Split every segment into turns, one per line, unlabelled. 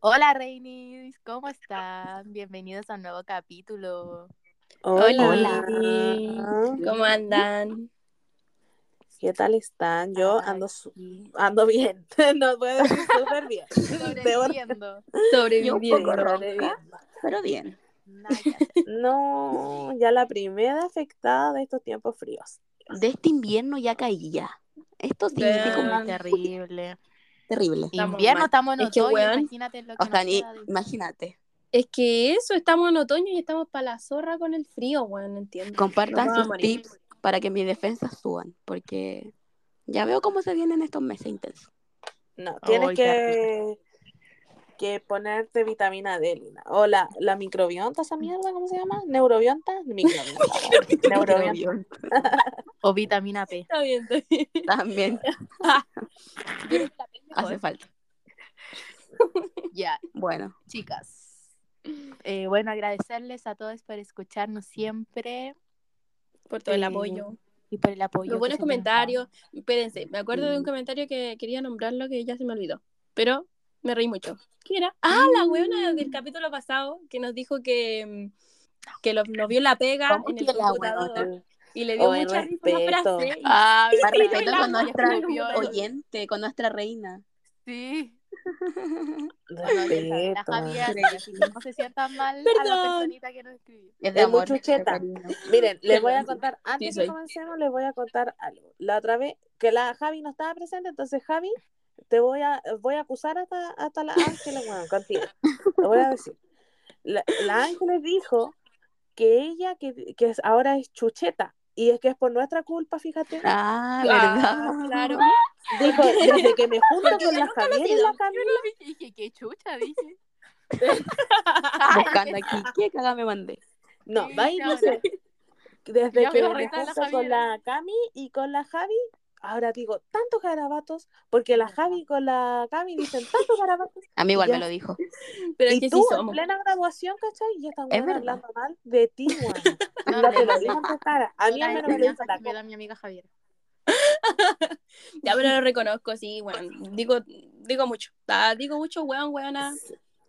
Hola Reinis, ¿cómo están? Bienvenidos a un nuevo capítulo.
Hola.
Hola.
¿Cómo andan?
¿Qué tal están? Yo
Ay,
ando su- ando bien. No voy a decir súper bien. Debo-
Sobreviviendo.
Yo un
Sobreviviendo.
poco ronca,
pero bien.
Nada que hacer.
No, ya la primera afectada de estos tiempos fríos.
de este invierno ya caía. Esto sí,
Vean.
sí como
Terrible.
terrible.
Estamos
Invierno,
mal.
estamos en
Es que,
otoño,
weón,
imagínate lo que
O sea,
nos
ni,
queda de-
imagínate.
Es que eso, estamos en otoño y estamos para la zorra con el frío, weón, no entiendo. Nos
Compartan
vamos a
sus
morir.
tips para que mis defensas suban, porque ya veo cómo se vienen estos meses intensos.
No, tienes
Ay, qué
que que ponerte vitamina D, Lina. O la, la microbiota, esa mierda, ¿cómo se llama? ¿Neurobiota? Microbiota. Neurobiota.
O vitamina P.
Está bien, está bien.
También
Mejor.
hace falta.
Ya,
Bueno,
chicas. Eh, bueno, agradecerles a todos por escucharnos siempre
Por todo el
Eh,
apoyo.
y por el apoyo.
Los
que
buenos
siempre nos dan.
comentarios. Espérense, me acuerdo de un comentario que quería nombrarlo que ya se me olvidó. Pero me reí mucho. ¿Qué era? Ah, la weona del capítulo pasado que nos dijo que, mm, que lo- nos vio la pega
¿Cómo
en el
que la
computador
Neurobiota.
y le dio
Ay,
mucha risa una
respeto.
frase. y-
Ah,
más
sí,
respeto
la
con
amo,
nuestra
la amo.
oyente, con nuestra reina.
Sí. Bueno, la
Respeto.
Javier, así que no se sientan mal a la
Perdón.
personita que nos escribió.
Es
Es
amor,
muy
de
chucheta.
cariño.
Miren, les voy a
Perdón.
contar, antes
Sí,
de
soy.
comencemos, les voy a contar algo. La otra vez que la Javi no estaba presente, entonces Javi, te voy a, voy a acusar hasta, hasta la Ángeles, bueno, contigo. Lo voy a decir. La, la Ángeles dijo que ella, que, que es- ahora es chucheta, y es que es por nuestra culpa, fíjate.
Ah,
Ah,
¿verdad?
claro.
Dijo, desde que me junto
Porque
con
yo
la
nunca lo
Javier y
pido.
la
Yo
Camila,
lo vi y dije, qué chucha, dije.
Buscando aquí, ¿qué caga me mandé?
no,
Sí,
va a ir,
ahora.
dice, desde
Ya
que
veo
me
retar a la
junto con
Javiera.
la Cami y con la Javi, ahora digo tantos garabatos, porque la Javi con la Cami dicen tantos garabatos.
A mí igual
Ya.
me lo dijo.
Pero es
y
que
tú
sí
en
somos.
plena graduación, ¿cachai? Y están
Es
weón,
verdad.
hablando mal de ti, weón.
No,
Ya te lo
hombre,
digo en tu cara. A mí
la
al menos me lo
enseñanza
hizo la
que me
cara.
da mi amiga Javier.
Ya, pero lo reconozco, sí, bueno, digo, digo mucho, Ah, digo mucho, weón, weona,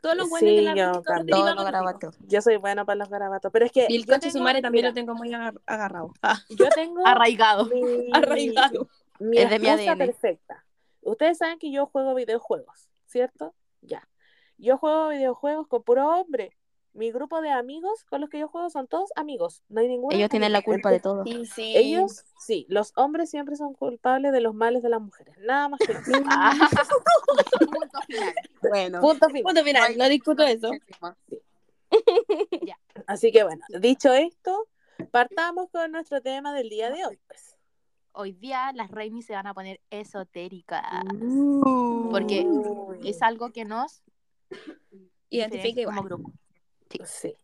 todos los weones
Sí,
de la
yo
todos
también.
los
Todo
privados
lo
los
grabaste.
Yo soy buena para los garabatos. Pero es que
digo. Y el
yo
coche
tengo-
sumare también
mira,
lo tengo muy agar- agarrado. Ah,
Yo tengo
Arraigado.
mi,
arraigado.
mi
Es de mi
excusa
ADN.
perfecta. Ustedes saben que yo juego videojuegos, ¿cierto? Ya. Yo juego videojuegos con puro hombre. Mi grupo de amigos con los que yo juego son todos amigos. No hay ninguno.
Ellos tienen la
amiga.
culpa de todo.
Sí, sí.
Ellos, sí, los hombres siempre son culpables de los males de las mujeres. Nada más que eso.
Ah, punto final.
Bueno.
Punto final.
Punto final, no discuto eso.
Así que bueno, dicho esto, partamos con nuestro tema del día de hoy. pues.
Hoy día las reinis se van a poner esotéricas.
Mm. Porque
Porque
Uh. Uy,
Es algo que nos
Identifica
diferencia como
igual.
grupo.
Sí.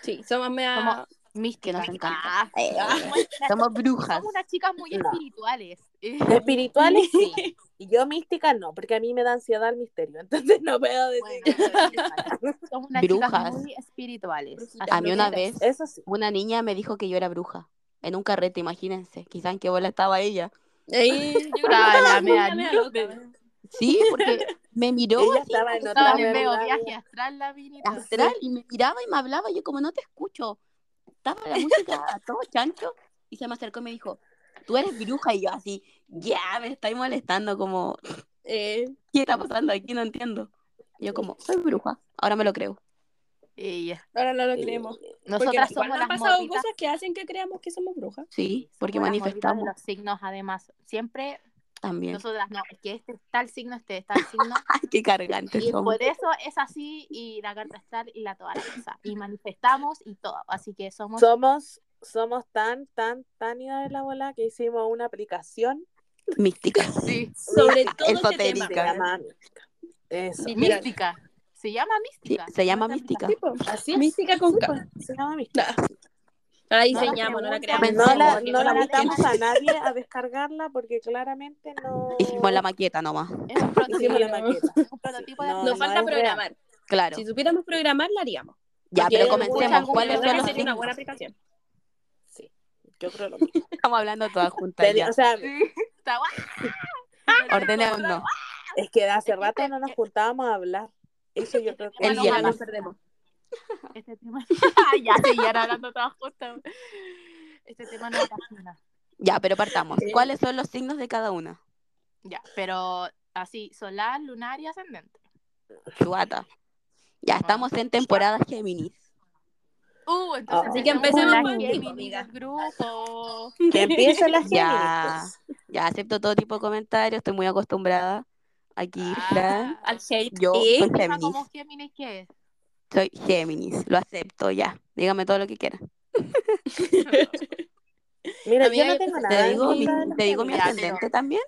Sí, somos mea...
Somos místicas.
nos encanta.
Ah,
Eh,
somos,
somos brujas.
somos unas chicas muy
No.
espirituales. Eh,
Espirituales, sí. Y yo mística no, porque a mí me da ansiedad el misterio, entonces no puedo decir.
bueno, somos unas chicas
Brujas.
muy espirituales.
Brujitas,
A mí una vez
Eso sí.
una niña me dijo que yo era bruja. En un carrete, imagínense. Quizás en qué bola estaba ella.
Ahí, yo creo que
Ah,
somos
la
una
mea
mea
loca.
loca, weón.
Sí, porque me miró
Ella
así,
estaba en otra
Estaba en el medio
realidad.
viaje astral la vinita.
astral y me miraba y me hablaba. y Yo como no te escucho. Estaba la música a todo chancho y se me acercó y me dijo, tú eres bruja. Y yo así, ya, me estáis molestando como,
Eh,
¿qué está pasando aquí? No entiendo. Y yo como, soy bruja. Ahora me lo creo.
Ella.
ahora no lo creemos. Porque
Nosotras
igual
somos
nos han
las
pasado
morritas.
cosas que hacen que creamos que somos brujas.
Sí, porque
somos las morritas
manifestamos
de los signos, además. Siempre
también.
nosotras, no, es que este es tal signo, este es tal signo.
Ay, qué cargantes
Y
somos.
por eso es así, y la carta astral y la toda la cosa. Y manifestamos y todo. Así que somos.
Somos, somos tan, tan, tan ida de la bola que hicimos una aplicación
Místicas.
Sí,
Sobre todo este
Esotérica.
tema.
que se llama Mística. Eso.
Sí. Literal.
mística. Se llama
Sí,
mística.
se llama
Nuestra
mística.
Sí, po.
Así es.
Mística con
Sí,
K.
pues, se llama Mística.
La
No la
diseñamos, no la creamos.
preguntan,
No la,
Pensamos que
no la
solamente-
invitamos a nadie a descargarla porque claramente no.
Hicimos la maqueta nomás.
aplicación. Es un prototipo,
Hicimos la
Sí,
maqueta.
un prototipo de
No,
Nos
aplicación.
falta
es real.
programar.
Claro.
Si supiéramos programar, la haríamos.
ya,
porque
pero
hay mucha
comencemos.
alguna
¿Cuáles
otra
son los
que
sería una
signos?
buena aplicación.
Sí, yo creo lo mismo.
Estamos hablando todas juntas ya.
O sea,
Sí, está guay.
Ordenémonos.
es que de hace rato no nos juntábamos a hablar. Eso yo creo que
El
Bueno,
día
ojalá
viernes.
nos perdemos.
Este tema. ya seguían hablando todas juntas. Este tema no termina.
Ya, pero partamos.
Sí.
¿Cuáles son los signos de cada una?
Ya, pero así, solar, lunar y ascendente.
Chuata. Ya, estamos en temporada Géminis.
Uh, entonces.
Así
que empecemos
con
contigo,
Géminis,
amiga.
el grupo.
que empiecen las
Ya.
Géminis, pues.
Ya acepto todo tipo de comentarios, estoy muy acostumbrada. Aquí, Fran,
Ah,
Al hate.
yo
¿Eh?
soy
¿Tema
Géminis.
como Géminis qué es?
Soy Géminis, lo acepto ya. Dígame todo lo que quiera.
Mira, yo
Amiga,
no
yo
tengo
¿Te
nada. en
digo mi,
contra de Ah, las
te digo mi
Ya,
Géminis.
pero-
ascendente también?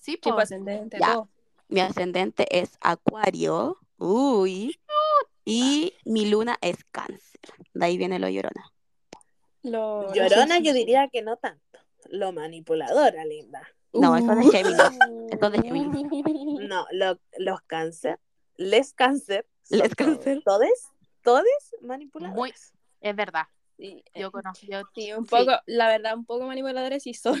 Sí,
Tipo
pues.
ascendente,
Ya.
todo.
Mi ascendente es Acuario. Uy. Y mi luna es Cáncer. De ahí viene lo llorona.
Lo-
Llorona,
lo-
yo diría que no tanto. Lo manipuladora, linda.
No, eso es de Géminis. Eso es de Géminis.
Uh.
No, lo- los cáncer, les cáncer, son
Les cáncer.
todos- todes, todes manipulados.
Muy, es verdad.
Sí, eh,
Yo conozco, yo
sí, un poco, la verdad, un poco manipuladores sí son.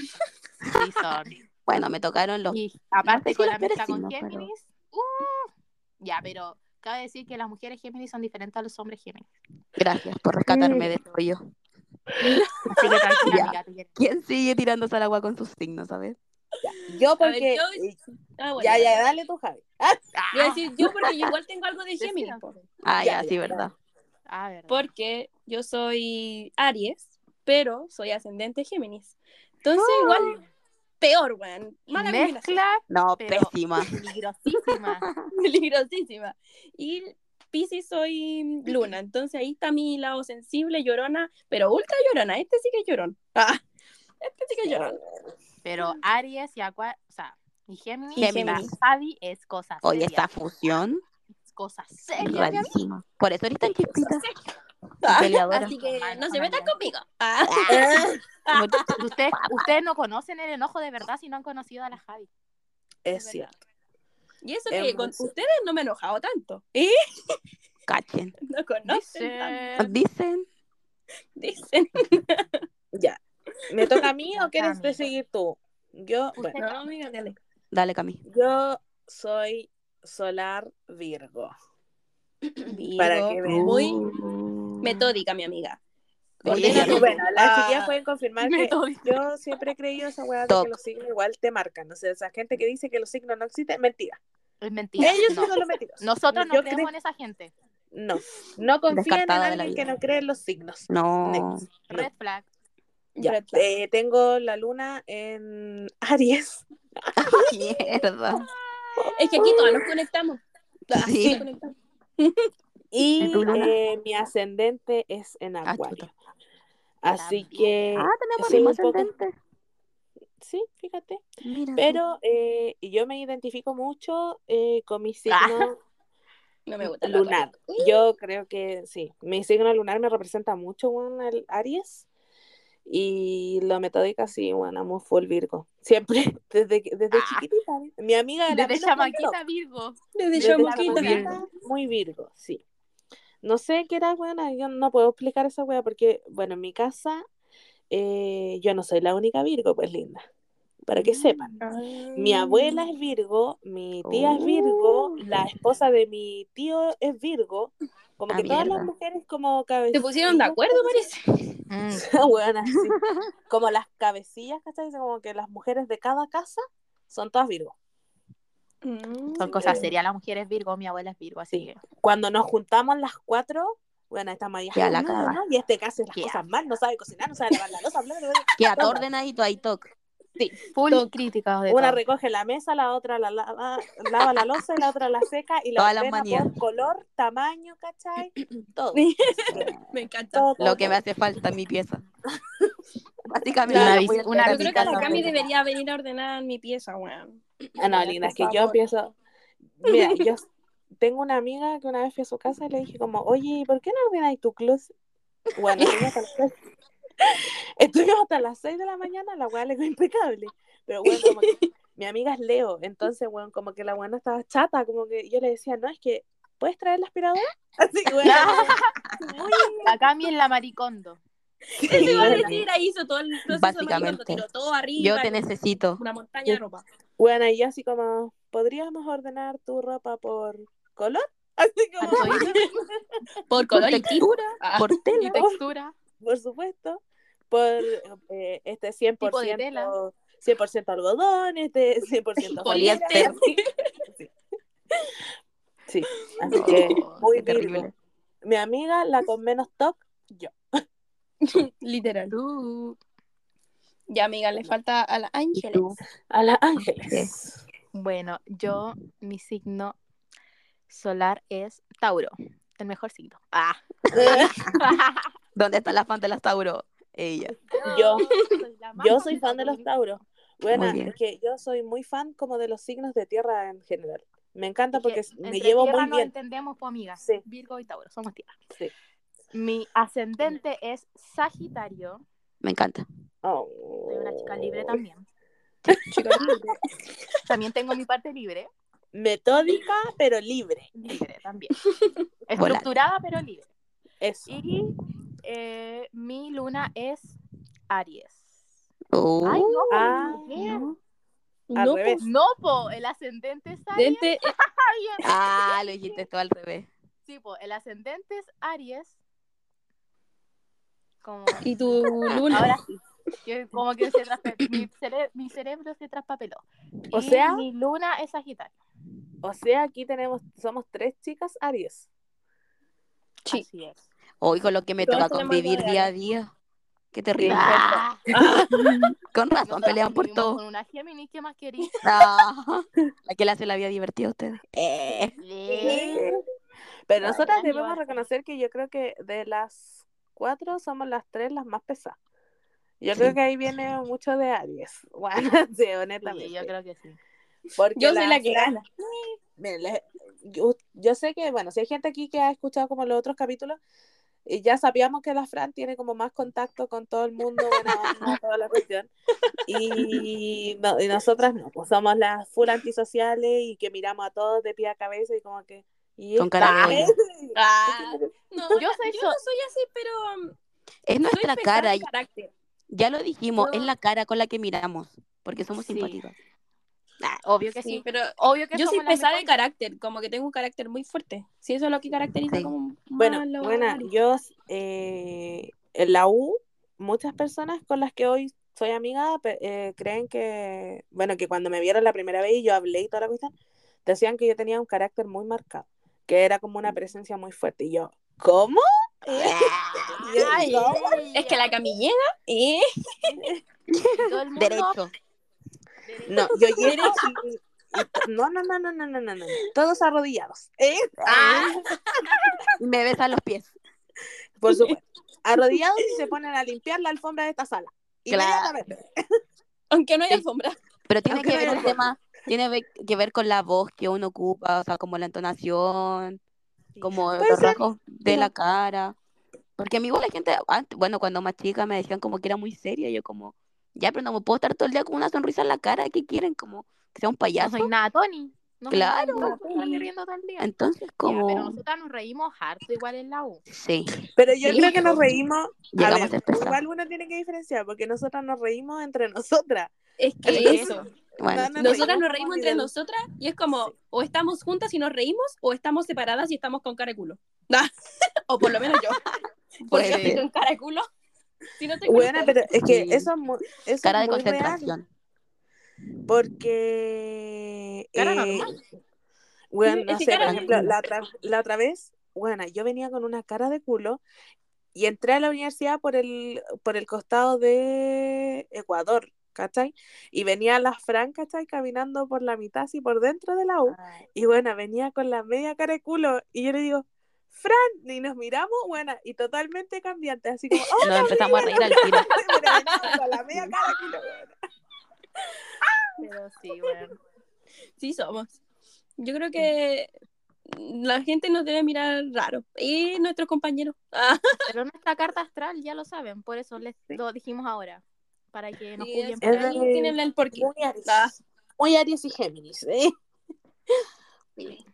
sí son.
Bueno, me tocaron los.
Y aparte
sé si
con
los
la mezcla
peores
con
signos, pero-
Géminis. ¡uh! ya, pero cabe decir que las mujeres Géminis son diferentes a los hombres Géminis.
Gracias por rescatarme de todo yo.
Así que tranquila,
Ya.
amiga, te quiero.
¿Quién sigue tirándose al agua con sus signos, sabes?
Yo
A ver,
porque...
yo- Ah, bueno.
Ya, ya, dale tú, Javi. Ah,
Yo iba a decir yo porque yo igual tengo algo de
Decían,
Géminis. po.
pues.
Ah,
Ya,
ya, sí,
ya,
verdad.
Ah, verdad.
Porque yo soy Aries, pero soy ascendente Géminis. Entonces,
¡Ah!
igual, peor, weón. Mala combinación.
mezcla
No,
Pero-
pésima.
peligrosísima.
peligrosísima. Y Pisces soy Luna, entonces ahí está mi lado sensible, llorona, pero ultra llorona. Este sí que es llorón. Ah, este sí que es llorón.
Pero Aries y Acuario, o sea, y Géminis,
Y Géminis.
la Fabi es cosa
Oye,
seria.
esta fusión,
Es cosa seria. mi amiga.
rarísima. Por eso ahorita en chispita.
Ah,
Peleadora.
Así que
Mal,
no se
mal,
metan
mal.
conmigo. Ah,
Como-
Ustedes, ustedes no conocen el enojo de verdad si no han conocido a la Javi.
es
verdad.
cierto.
Y eso
Es
que con
muy-
ustedes no me he enojado tanto. ¿Eh?
Cachen.
No conocen tanto.
Dice-
Dicen.
Dicen.
Ya. ¿Me toca a mí
Ya,
o quieres
Cami.
seguir tú? Yo,
Usted-
bueno,
No, amiga, dale.
Dale, Cami.
yo soy solar virgo.
Virgo,
que vean.
muy Uh.
metódico.
metódica, mi amiga.
Oye,
Ordena
ya
tu-
no-
bueno, las
Ah.
chiquillas pueden confirmar que
Metódico.
yo siempre he creído esa weá de
Toc.
que los signos igual te marcan. O sea, esa gente que dice que los signos no existen, mentira.
Es mentira.
Ellos
no.
son los mentirosos.
Nosotros no
Yo
creemos
creo-
en esa gente.
No, no confían en
Descartada de la
alguien que
vida.
no cree en los signos.
No.
Next. No.
Red flag.
Ya.
Red flag.
Eh, tengo la luna en Aries.
Mierda.
Es que aquí todos nos conectamos. Así
Sí.
nos conectamos.
Y
¿Y tu luna?
eh, mi ascendente es en
Ah,
Acuario.
chuta.
Así que,
Ah, tenemos
Soy
el mismo
un poco-
ascendente.
sí, fíjate.
Mira.
Pero eh, yo me identifico mucho eh, con
Ah.
mi signo
No me gusta.
lunar. Yo creo que sí. Mi signo lunar me representa mucho, weón, al Aries. Y lo metódica, sí, bueno, amo full Virgo. Siempre, desde, que- desde
Ah.
chiquitita. Mi amiga de la
Desde
menos contó.
chamaquita Virgo.
Desde
Desde
chamaquita.
chamaquita, Muy Virgo, sí. No sé qué era, buena, yo no puedo explicar esa wea porque, bueno, en mi casa eh, yo no soy la única Virgo, pues linda. Para que sepan. Mi abuela es Virgo, mi tía es Virgo,
Oh.
la esposa de mi tío es Virgo. Como
Ah,
que todas las
mierda.
mujeres como cabecillas.
Se pusieron de acuerdo, parece.
Mm.
Weona, sí. Como las cabecillas, ¿cachai? Como que las mujeres de cada casa son todas Virgo.
Mm,
Son cosas serias. La mujer es Virgo, mi abuela es Virgo, así
Sí.
que.
Cuando nos juntamos las cuatro, bueno, estamos ahí.
Ya
ay,
la
no, no,
caga.
no, Y este que hace las
Ya.
cosas mal, no sabe cocinar, no sabe lavar la losa, bla, bla, bla.
Que atorden ahí, tú ahí toc.
Full
Toc.
críticas de
Una
todo.
recoge la mesa, la otra la lava, lava la losa, y la otra la seca y la
Todas las
ordena
manías.
por color, tamaño, ¿cachai? Todo.
Me encanta.
Todo, todo,
Lo que me hace falta en mi pieza. Básicamente,
Una
no
vis-
voy a
una
tener
Yo creo que
mi
la
casa.
Cami debería venir a ordenar mi pieza, weón.
Ah, no, linda, es que
Por
yo
favor.
pienso. Mira, yo tengo una amiga que una vez fui a su casa y le dije como, oye, ¿por qué no ordenáis tu closet? Bueno, estuvimos hasta las seis- estuvimos hasta las 6 de la mañana, la weá le quedó impecable. Pero bueno, como que mi amiga es Leo, entonces, bueno, como que la weá no estaba chata, como que yo le decía, no, es que, ¿puedes traer la aspiradora? Así que, bueno, muy-
La Cami es la maricondo.
Eso iba a
bueno.
decir, ahí hizo todo el proceso.
Básicamente.
Lo tiró todo arriba.
Yo te necesito.
Una montaña de ropa.
Bueno, y yo así como, podríamos ordenar tu ropa por color. Así como,
Al oído,
Por
Por
color y tipo.
textura,
Ah,
por
y
tela.
textura.
por supuesto, por eh, este 100%,
tela.
100% algodón, este 100%
Poliéster.
poliéster. Sí. Sí, así que
Oh,
muy
qué terrible.
virgo. Mi amiga, la con menos top,
Literal. Ya, amiga, le falta a la
¿Y
Ángeles.
tú?
a las ángeles.
Bueno, yo, mi signo solar es Tauro, el mejor signo. Ah.
¿Dónde está la fan de las Tauro? Ella.
Yo-
soy la más
Yo soy fan de los
Tauro.
Tauros. Bueno,
Muy bien.
es que yo soy muy fan como de los signos de tierra en general. Me encanta
Es que
porque me
entre
llevo
tierra
muy
nos
bien.
entendemos, pues, amigas.
Sí.
Virgo y Tauro, somos tierra.
Sí.
Mi ascendente es Sagitario.
Me encanta.
Oh.
Soy una chica libre también. También tengo mi parte libre.
Metódica, pero libre.
Libre también. Estructurada, pero libre.
Eso.
Y eh, mi luna es Aries.
Oh,
Ay, no, po,
Ah,
mujer.
no.
Al
No,
revés.
No, po, el ascendente es Aries.
Dente, eh,
Ay,
Ah, lo dijiste todo al revés.
Sí, po, el ascendente es Aries. Como...
y tu luna.
Ahora sí. Que como que se traspe- mi, cere- mi cerebro se traspapeló.
O
Y
sea-
Mi luna es Sagitario.
O sea, aquí tenemos, somos tres chicas Aries.
Sí.
Así es.
Hoy con lo que me
Todos
toca
tenemos
convivir
algo de
día a día. Qué terrible.
Ah,
Con razón,
nosotros
pelean por
convivimos
todo.
Con una Géminis, ¿qué más querís?
Ah, la que le hace la vida divertida a ustedes. Eh,
Pero
Gran
nosotras debemos
llevar.
reconocer que yo creo que de las cuatro somos las tres las más pesadas. Yo creo que ahí viene mucho de Aries. Bueno, sí, honestamente.
Sí, yo creo que sí.
Porque
Yo soy la que
Fran-
gana.
Miren, les- yo, yo sé que, bueno, si hay gente aquí que ha escuchado como los otros capítulos, y ya sabíamos que la Fran tiene como más contacto con todo el mundo, buena onda, toda la cuestión. Y, no- y nosotras no, pues somos las full antisociales y que miramos a todos de pie a cabeza y como que. y
Con cara de
esta-
Ah, no,
Yo soy
yo
so-
no soy así, pero um,
es
soy
nuestra
pesada
cara,
de carácter.
ya lo dijimos,
No.
es la cara con la que miramos, porque somos
Sí.
simpáticos.
Obvio que sí.
Sí, pero
Obvio que
yo soy
somos las
pesada de
mejores.
carácter, como que tengo un carácter muy fuerte. Sí, eso es lo que caracteriza
Sí.
como
Bueno,
malo,
buena,
malo.
yo eh, en la U, muchas personas con las que hoy soy amiga pe- eh, creen que, bueno, que cuando me vieron la primera vez y yo hablé y toda la cuestión, decían que yo tenía un carácter muy marcado, que era como una presencia muy fuerte. Y yo, ¿cómo? Y yo,
Ay,
"¿Cómo?".
Es que la camillera ¿eh?
todo el mundo-
Derecho.
No, yo llego y- y to- no, no, no, no, no, no, no, no, todos arrodillados. ¿eh?
Y me besan los pies.
Por supuesto. Arrodillados y se ponen a limpiar la alfombra de esta sala.
Claro.
Inmediatamente.
aunque no hay
Sí.
alfombra.
Pero tiene
Aunque
que
no
ver
haya
el tema, tiene ve- que ver con la voz que uno ocupa, o sea, como la entonación, como
Puede
los
ser.
rasgos de
Mira.
la cara. Porque a mí igual la gente, antes- bueno, cuando más chica me decían como que era muy seria, yo como, ya, pero no me puedo estar todo el día con una sonrisa en la cara, ¿qué quieren? Como que sea un
No
payaso.
soy nada, Tony. No soy nada,
Claro.
no, me estoy riendo todo el día.
Entonces,
Ya,
como,
pero nosotras nos reímos harto igual en la U.
sí,
Pero yo
Sí,
creo que nos
obvio.
reímos. A
llegamos a,
ver,
ser pesados.
igual uno tiene que diferenciar, porque nosotras nos reímos entre nosotras.
Es que
Eso.
eso.
Bueno,
No, no,
Nosotras
reímos
nos reímos
como
entre
del-
nosotras y es como,
Sí.
o estamos juntas y nos reímos, o estamos separadas y estamos con cara de culo. Ah, o por lo menos yo. Porque
Puede
estoy
ser.
con cara de culo. Si no estoy con
Bueno, pero es que
Sí.
eso es mu- eso es
cara de
muy real,
concentración.
porque.
Cara
eh,
normal.
bueno,
Es
no
que
sé,
cara
por
de
ejemplo,
culo.
la otra, la otra vez, bueno, yo venía con una cara de culo y entré a la universidad por el, por el costado de Ecuador, ¿cachai? Y venía la Fran, ¿cachai? Caminando por la mitad, así por dentro de la U. Y bueno, venía con la media cara de culo. Y yo le digo, Fran, y nos miramos, bueno, y totalmente cambiante. Así como, oh,
Nos empezamos a reír al tiro.
pero venía con la media cara de culo. weona.
Pero sí, bueno.
Sí, somos. Yo creo que la gente nos debe mirar raro. Y nuestros compañeros. Ah,
Pero nuestra carta astral ya lo saben, por eso les lo dijimos ahora. Para que nos
sí,
juzguen
es-
por
es
ahí.
ahí tienen el porqué.
Muy Aries.
Ah.
Muy Aries y Géminis, ¿eh?
Es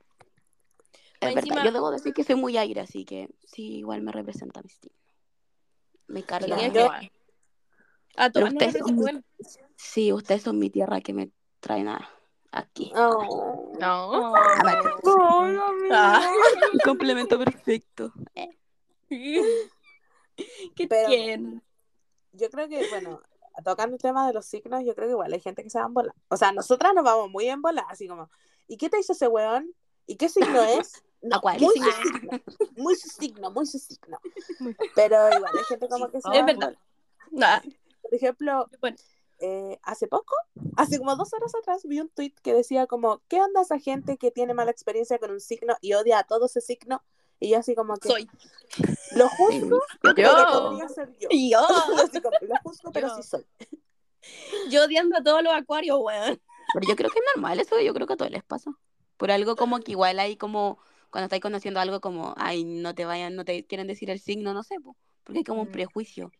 Encima-
verdad, yo debo decir que soy muy aire, así que sí, igual me representa mi estilo. Me carga.
Genial,
Yo-
genial. A todos nos
ustedes
parece
son-
bueno.
Sí, ustedes son mi tierra que me trae nada. Aquí.
Oh.
No.
Aparte.
Ah.
Un complemento perfecto.
Qué
Pero-
tierno.
Yo creo que, bueno, tocando el tema de los signos, yo creo que igual hay gente que se va en bola. O sea, nosotras nos vamos muy en bola, así como, ¿y qué te hizo ese weón? ¿Y qué signo es? No,
Acuario.
muy,
Ah.
su signo, muy su signo, muy su signo. Pero igual hay gente como que se
Es
va en
verdad.
bola.
Nah.
Por ejemplo,
ah, Bueno,
eh, hace poco, hace como dos horas atrás, vi un tweet que decía como, ¿qué onda esa gente que tiene mala experiencia con un signo y odia a todo ese signo? Y yo así como que,
soy
lo juzgo, pero
yo.
podría ser yo.
Yo.
Así como, lo juzgo, pero
Yo.
sí soy.
Yo odiando a todos los acuarios, weón.
Pero yo creo que es normal eso, yo creo que a todos les pasa. Por algo como que igual hay como, cuando estáis conociendo algo como, ay, no te vayan, no te quieren decir el signo, no sé, po, porque hay como un
Mm.
prejuicio.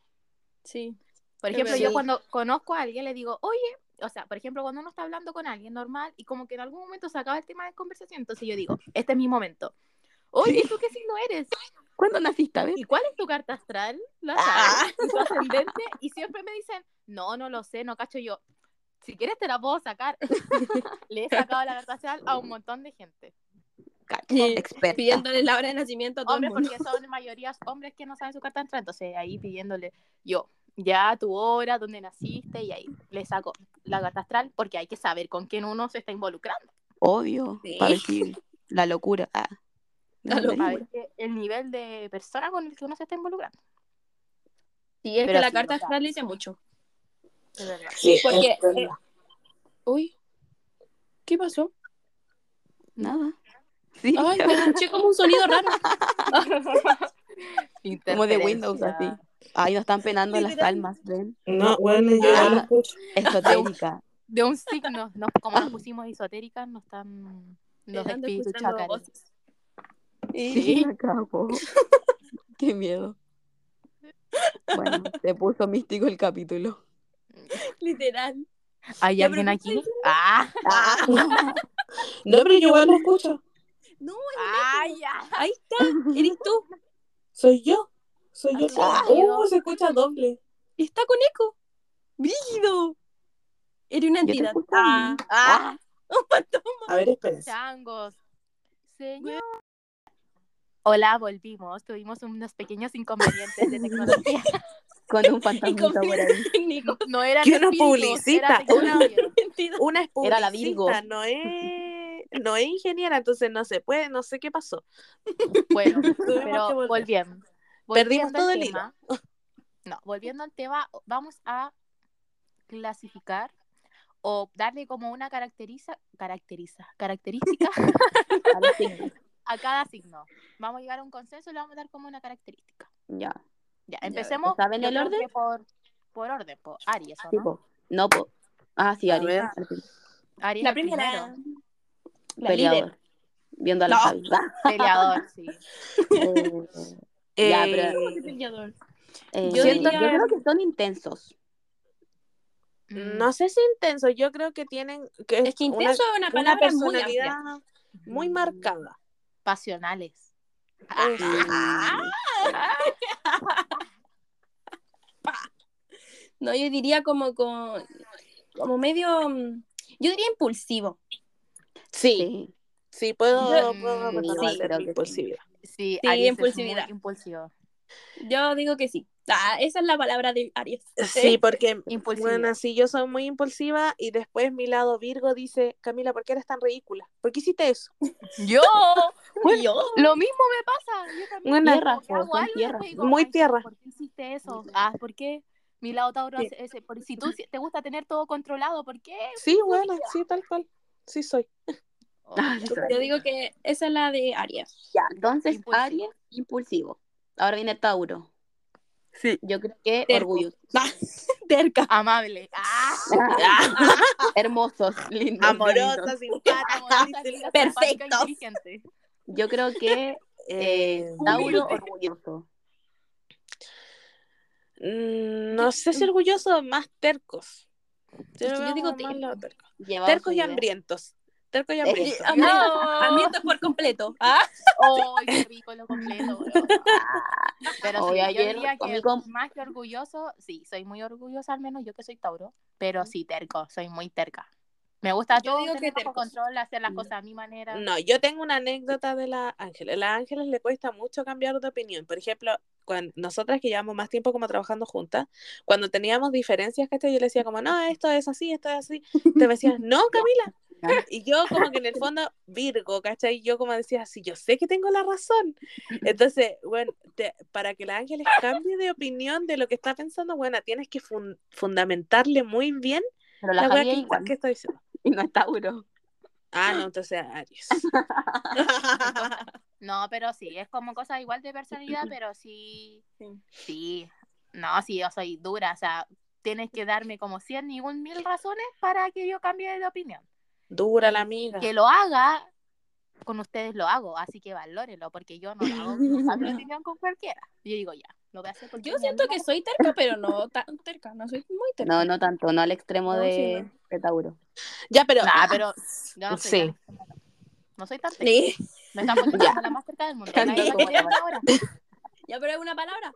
Sí.
Por ejemplo,
Sí.
yo cuando conozco a alguien le digo, oye, o sea, por ejemplo, cuando uno está hablando con alguien normal y como que en algún momento se acaba el tema de conversación, entonces yo digo, este es mi momento. Oye, ¿tú qué signo eres?
¿Cuándo naciste? A ver.
¿Y cuál es tu carta astral? ¿La
Ah.
sabes? ¿Y tu ascendente? Y siempre me dicen, no, no lo sé, no cacho yo. Si quieres te la puedo sacar. Le he sacado la carta astral a un montón de gente.
Cacha,
Sí.
experta.
Pidiéndole la hora de nacimiento a todo
Hombres,
el mundo.
porque son en mayoría hombres que no saben su carta astral. Entonces ahí pidiéndole yo, ya tu hora, dónde naciste, y ahí le saco la carta astral porque hay que saber con quién uno se está involucrando.
Obvio.
Sí.
Para ver si- la locura. Ah.
La
No, no,
Para
no.
ver que el nivel de persona con el que uno se está involucrando.
Sí, es
Pero
que la
sí,
carta
o sea.
astral dice mucho.
De verdad.
Sí,
Porque,
es verdad.
eh, Uy. ¿Qué pasó?
Nada. Sí.
Ay, me escuché como un sonido raro.
como de Windows así. Ay, nos están penando las
Literal.
almas, ven.
No, bueno, yo
ya lo
escucho.
Esotérica.
De un signo, no, como nos pusimos esotéricas, no están los
Esperando,
espíritus
escuchando
chacares.
voces.
Sí.
Acabó. Qué miedo. Bueno, se puso místico el capítulo.
Literal.
¿Hay
Ya, pero
alguien
¿qué
aquí? ¡Ah!
No, pero yo igual lo escucho.
No,
¡Ah, ya!
ahí está. Eres tú.
Soy yo. Soy yo.
Ah,
Uh, se escucha doble.
Está con eco. Brígido. Eres una
Yo te
entidad.
escucho
Ah,
bien.
¡Ah!
un montón.
A ver, espérense.
¡Changos! Señor. Hola, volvimos. Tuvimos unos pequeños inconvenientes de tecnología.
Con un fantasmita por ahí.
técnico.
No era
Que uno publicita, una-
Entidad.
Una es
Era la
publicista,
Virgo.
No es, no es ingeniera, entonces no se puede, no sé qué pasó.
Bueno,
Tuvimos que
pero
volver.
volviendo.
Perdimos
Volviendo
todo
al
el
tema. No, volviendo al tema, vamos a clasificar o darle como una caracteriza, caracteriza, característica
A los signos.
a cada signo. Vamos a llegar a un consenso y le vamos a dar como una característica.
Ya.
Ya,
Ya,
empecemos.
¿saben
yo
el
creo
orden?
que Por, por orden, por Aries, ¿o
Sí,
¿no?
po. No, po. Ah, sí,
A
Ari.
ver.
Aries
La
el
primera.
primero.
La
Peleador.
líder.
Viendo a la
No.
Javi.
Peleador, sí.
Eh, Ya, pero-
Eh,
Peleador.
eh,
Yo
yo,
diría-
creo que son intensos.
Mm,
No sé si intenso, yo creo que tienen que
Es que intenso es
una,
una
una
palabra muy
personalidad
amplia.
mm,
muy marcada. Este,
Pasionales.
Ah.
No, yo diría como con como medio mm, yo diría impulsivo.
Sí,
Sí.
sí, puedo,
Mm,
puedo
sí,
reconocer
creo
la
que sí.
impulsividad.
Sí,
Sí,
Aries
impulsividad.
es muy impulsivo.
Yo digo que sí. Ah, esa es la palabra de Aries.
Sí, porque
Impulsividad.
bueno, sí, yo soy muy impulsiva y después mi lado Virgo dice, Camila, ¿por qué eres tan ridícula? ¿Por qué hiciste eso?
Yo,
Yo
lo mismo me pasa. Yo también
Buena.
como que
Tierra,
hago
son
algo y
tierra.
después digo,
Muy
"Ay,
tierra.
¿Por qué hiciste eso? Ah, ¿por qué? Mi lado Tauro,
Sí.
hace ese- por- si tú si- te gusta tener todo controlado, ¿por qué?
Sí, bueno, sí, tal cual. Sí soy.
Ay,
yo digo que esa es la de Aries.
Ah, Ya, entonces
Impulsivo.
Aries, impulsivo. Ahora viene Tauro.
Sí.
Yo creo que
Terco.
orgulloso.
Va, Ah, terca.
Amable. Ah,
Hermosos, lindos. divinos.
Amorosa,
amorosa,
simpática.
linda,
Perfecto.
simpática, inteligente.
Yo creo que eh,
Eh,
Tauro,
Humilde.
orgulloso.
mm, no sé si orgulloso, más tercos.
Es que
lo
yo
veo
digo
como más
terco.
lado terco.
llevado
Tercos
su
y
idea.
hambrientos. Tercos y
Sí.
hambrientos.
Hambriento.
No.
Hambriento por completo. Ah,
Oh, qué rico lo completo. bro. Pero
Hoy,
sí, yo
ayer,
diría que
conmigo-
más que orgulloso, sí, soy muy orgullosa, al menos yo que soy Tauro, pero sí terco, soy muy terca. Me gusta
Yo
todo
digo que
tener
te
bajo
cosas.
control, hacer las cosas a mi manera.
No, yo tengo una anécdota de la Ángeles. La Ángeles le cuesta mucho cambiar de opinión. Por ejemplo, cuando nosotras que llevamos más tiempo como trabajando juntas, cuando teníamos diferencias, ¿cachai? Yo le decía como, no, esto es así, esto es así. Te decías, no, Camila. Y yo como que en el fondo, Virgo, ¿cachai? Yo como decía, sí, yo sé que tengo la razón. Entonces, bueno, te- para que la Ángeles cambie de opinión de lo que está pensando, bueno, tienes que fun- fundamentarle muy bien
Pero
la,
la
wea
Javier
que-
igual.
que está diciendo.
Y no es Tauro.
Ah, no, entonces Aries.
No, pero sí, es como cosa igual de personalidad, pero sí,
Sí.
sí, no, sí, yo soy dura, o sea, tienes que darme como 100 y un mil razones para que yo cambie de opinión.
Dura la amiga.
Que lo haga, con ustedes lo hago, así que valórenlo, porque yo no lo hago, no cambio de opinión con cualquiera. Yo digo, ya, lo voy a hacer porque
Yo siento que soy terca, pero no tan terca, no soy muy terca.
No, no tanto, no al extremo
No, sí,
de,
no.
de Tauro.
Ya, pero.
Nah, Ah, pero yo no soy
Sí.
tan- No soy tan cerca.
Sí.
Me están poniendo como la más cerca del mundo. Nadie sabe cómo llamarla ahora.
Ya, pero es una palabra.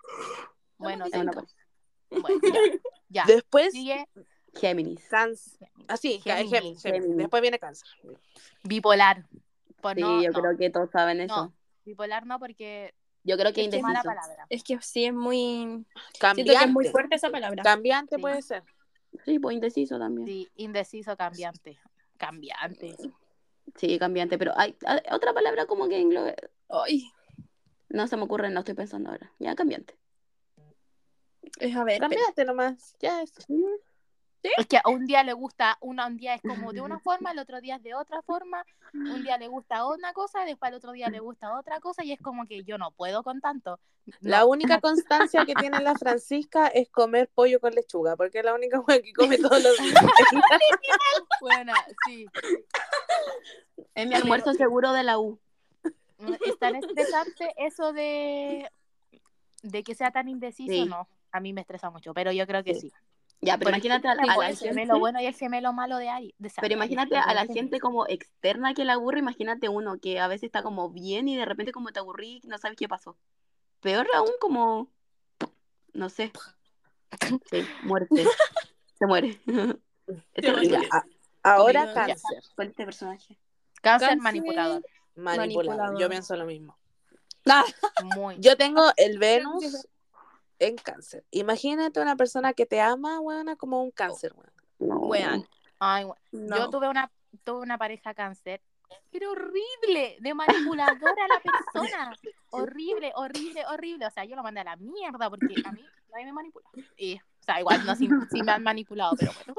Bueno,
Es una
tengo.
cosa. pues.
Bueno, ya. ya.
Después,
Sigue
Géminis.
cáncer. Así,
Géminis,
Géminis.
Después viene cáncer.
bipolar. Pues
Sí,
no,
yo
no.
creo que todos saben eso.
No. Bipolar no, porque
Yo creo que
es
indeciso.
mala palabra.
Es que sí es muy. Siento
Cambiante.
que es muy fuerte esa palabra.
Cambiante
Sí.
puede ser.
Sí, pues indeciso también. Sí,
Sí, indeciso, cambiante. Cambiante.
cambiante, pero hay, hay otra palabra como que englobe.
Ay,
No se me ocurre, no estoy pensando ahora. Ya, cambiante.
es a ver.
Cambiante nomás. Ya es.
Es que a un día le gusta, una, un día es como de una forma, el otro día es de otra forma, un día le gusta una cosa, después al otro día le gusta otra cosa, y es como que yo no puedo con tanto.
La única constancia que tiene la Francisca es comer pollo con lechuga, porque es la única mujer que come todos los días.
Buena, sí.
Es mi almuerzo seguro de la U.
Es tan estresante eso de, de que sea tan indeciso,
Sí.
no. A mí me estresa mucho, pero yo creo que sí.
Ya, pero
Por
imagínate a, a
Tipo,
la
el
gente,
gemelo bueno y el gemelo malo de Ari. de Sara.
pero imagínate a la gente como externa que la aburre, imagínate uno que a veces está como bien y de repente como te aburrí, no sabes qué pasó. Peor aún como, no sé. Sí, muerte. Se muere. Es
Ya,
terrible.
a- Ahora
Ya.
cáncer.
Fue este personaje.
Cáncer,
Cáncer.
manipulador.
Manipulador.
Manipulador.
Yo pienso lo mismo.
Muy.
Yo tengo el Venus en cáncer. Imagínate una persona que te ama, weona, como un cáncer, weona.
No.
Wean.
Ay,
No.
Yo tuve una, tuve una pareja cáncer. Era horrible, de manipuladora la persona. Horrible, horrible, horrible. O sea, yo lo mandé a la mierda porque a mí nadie me manipula. Y, o sea, igual no sí, sí me han manipulado, pero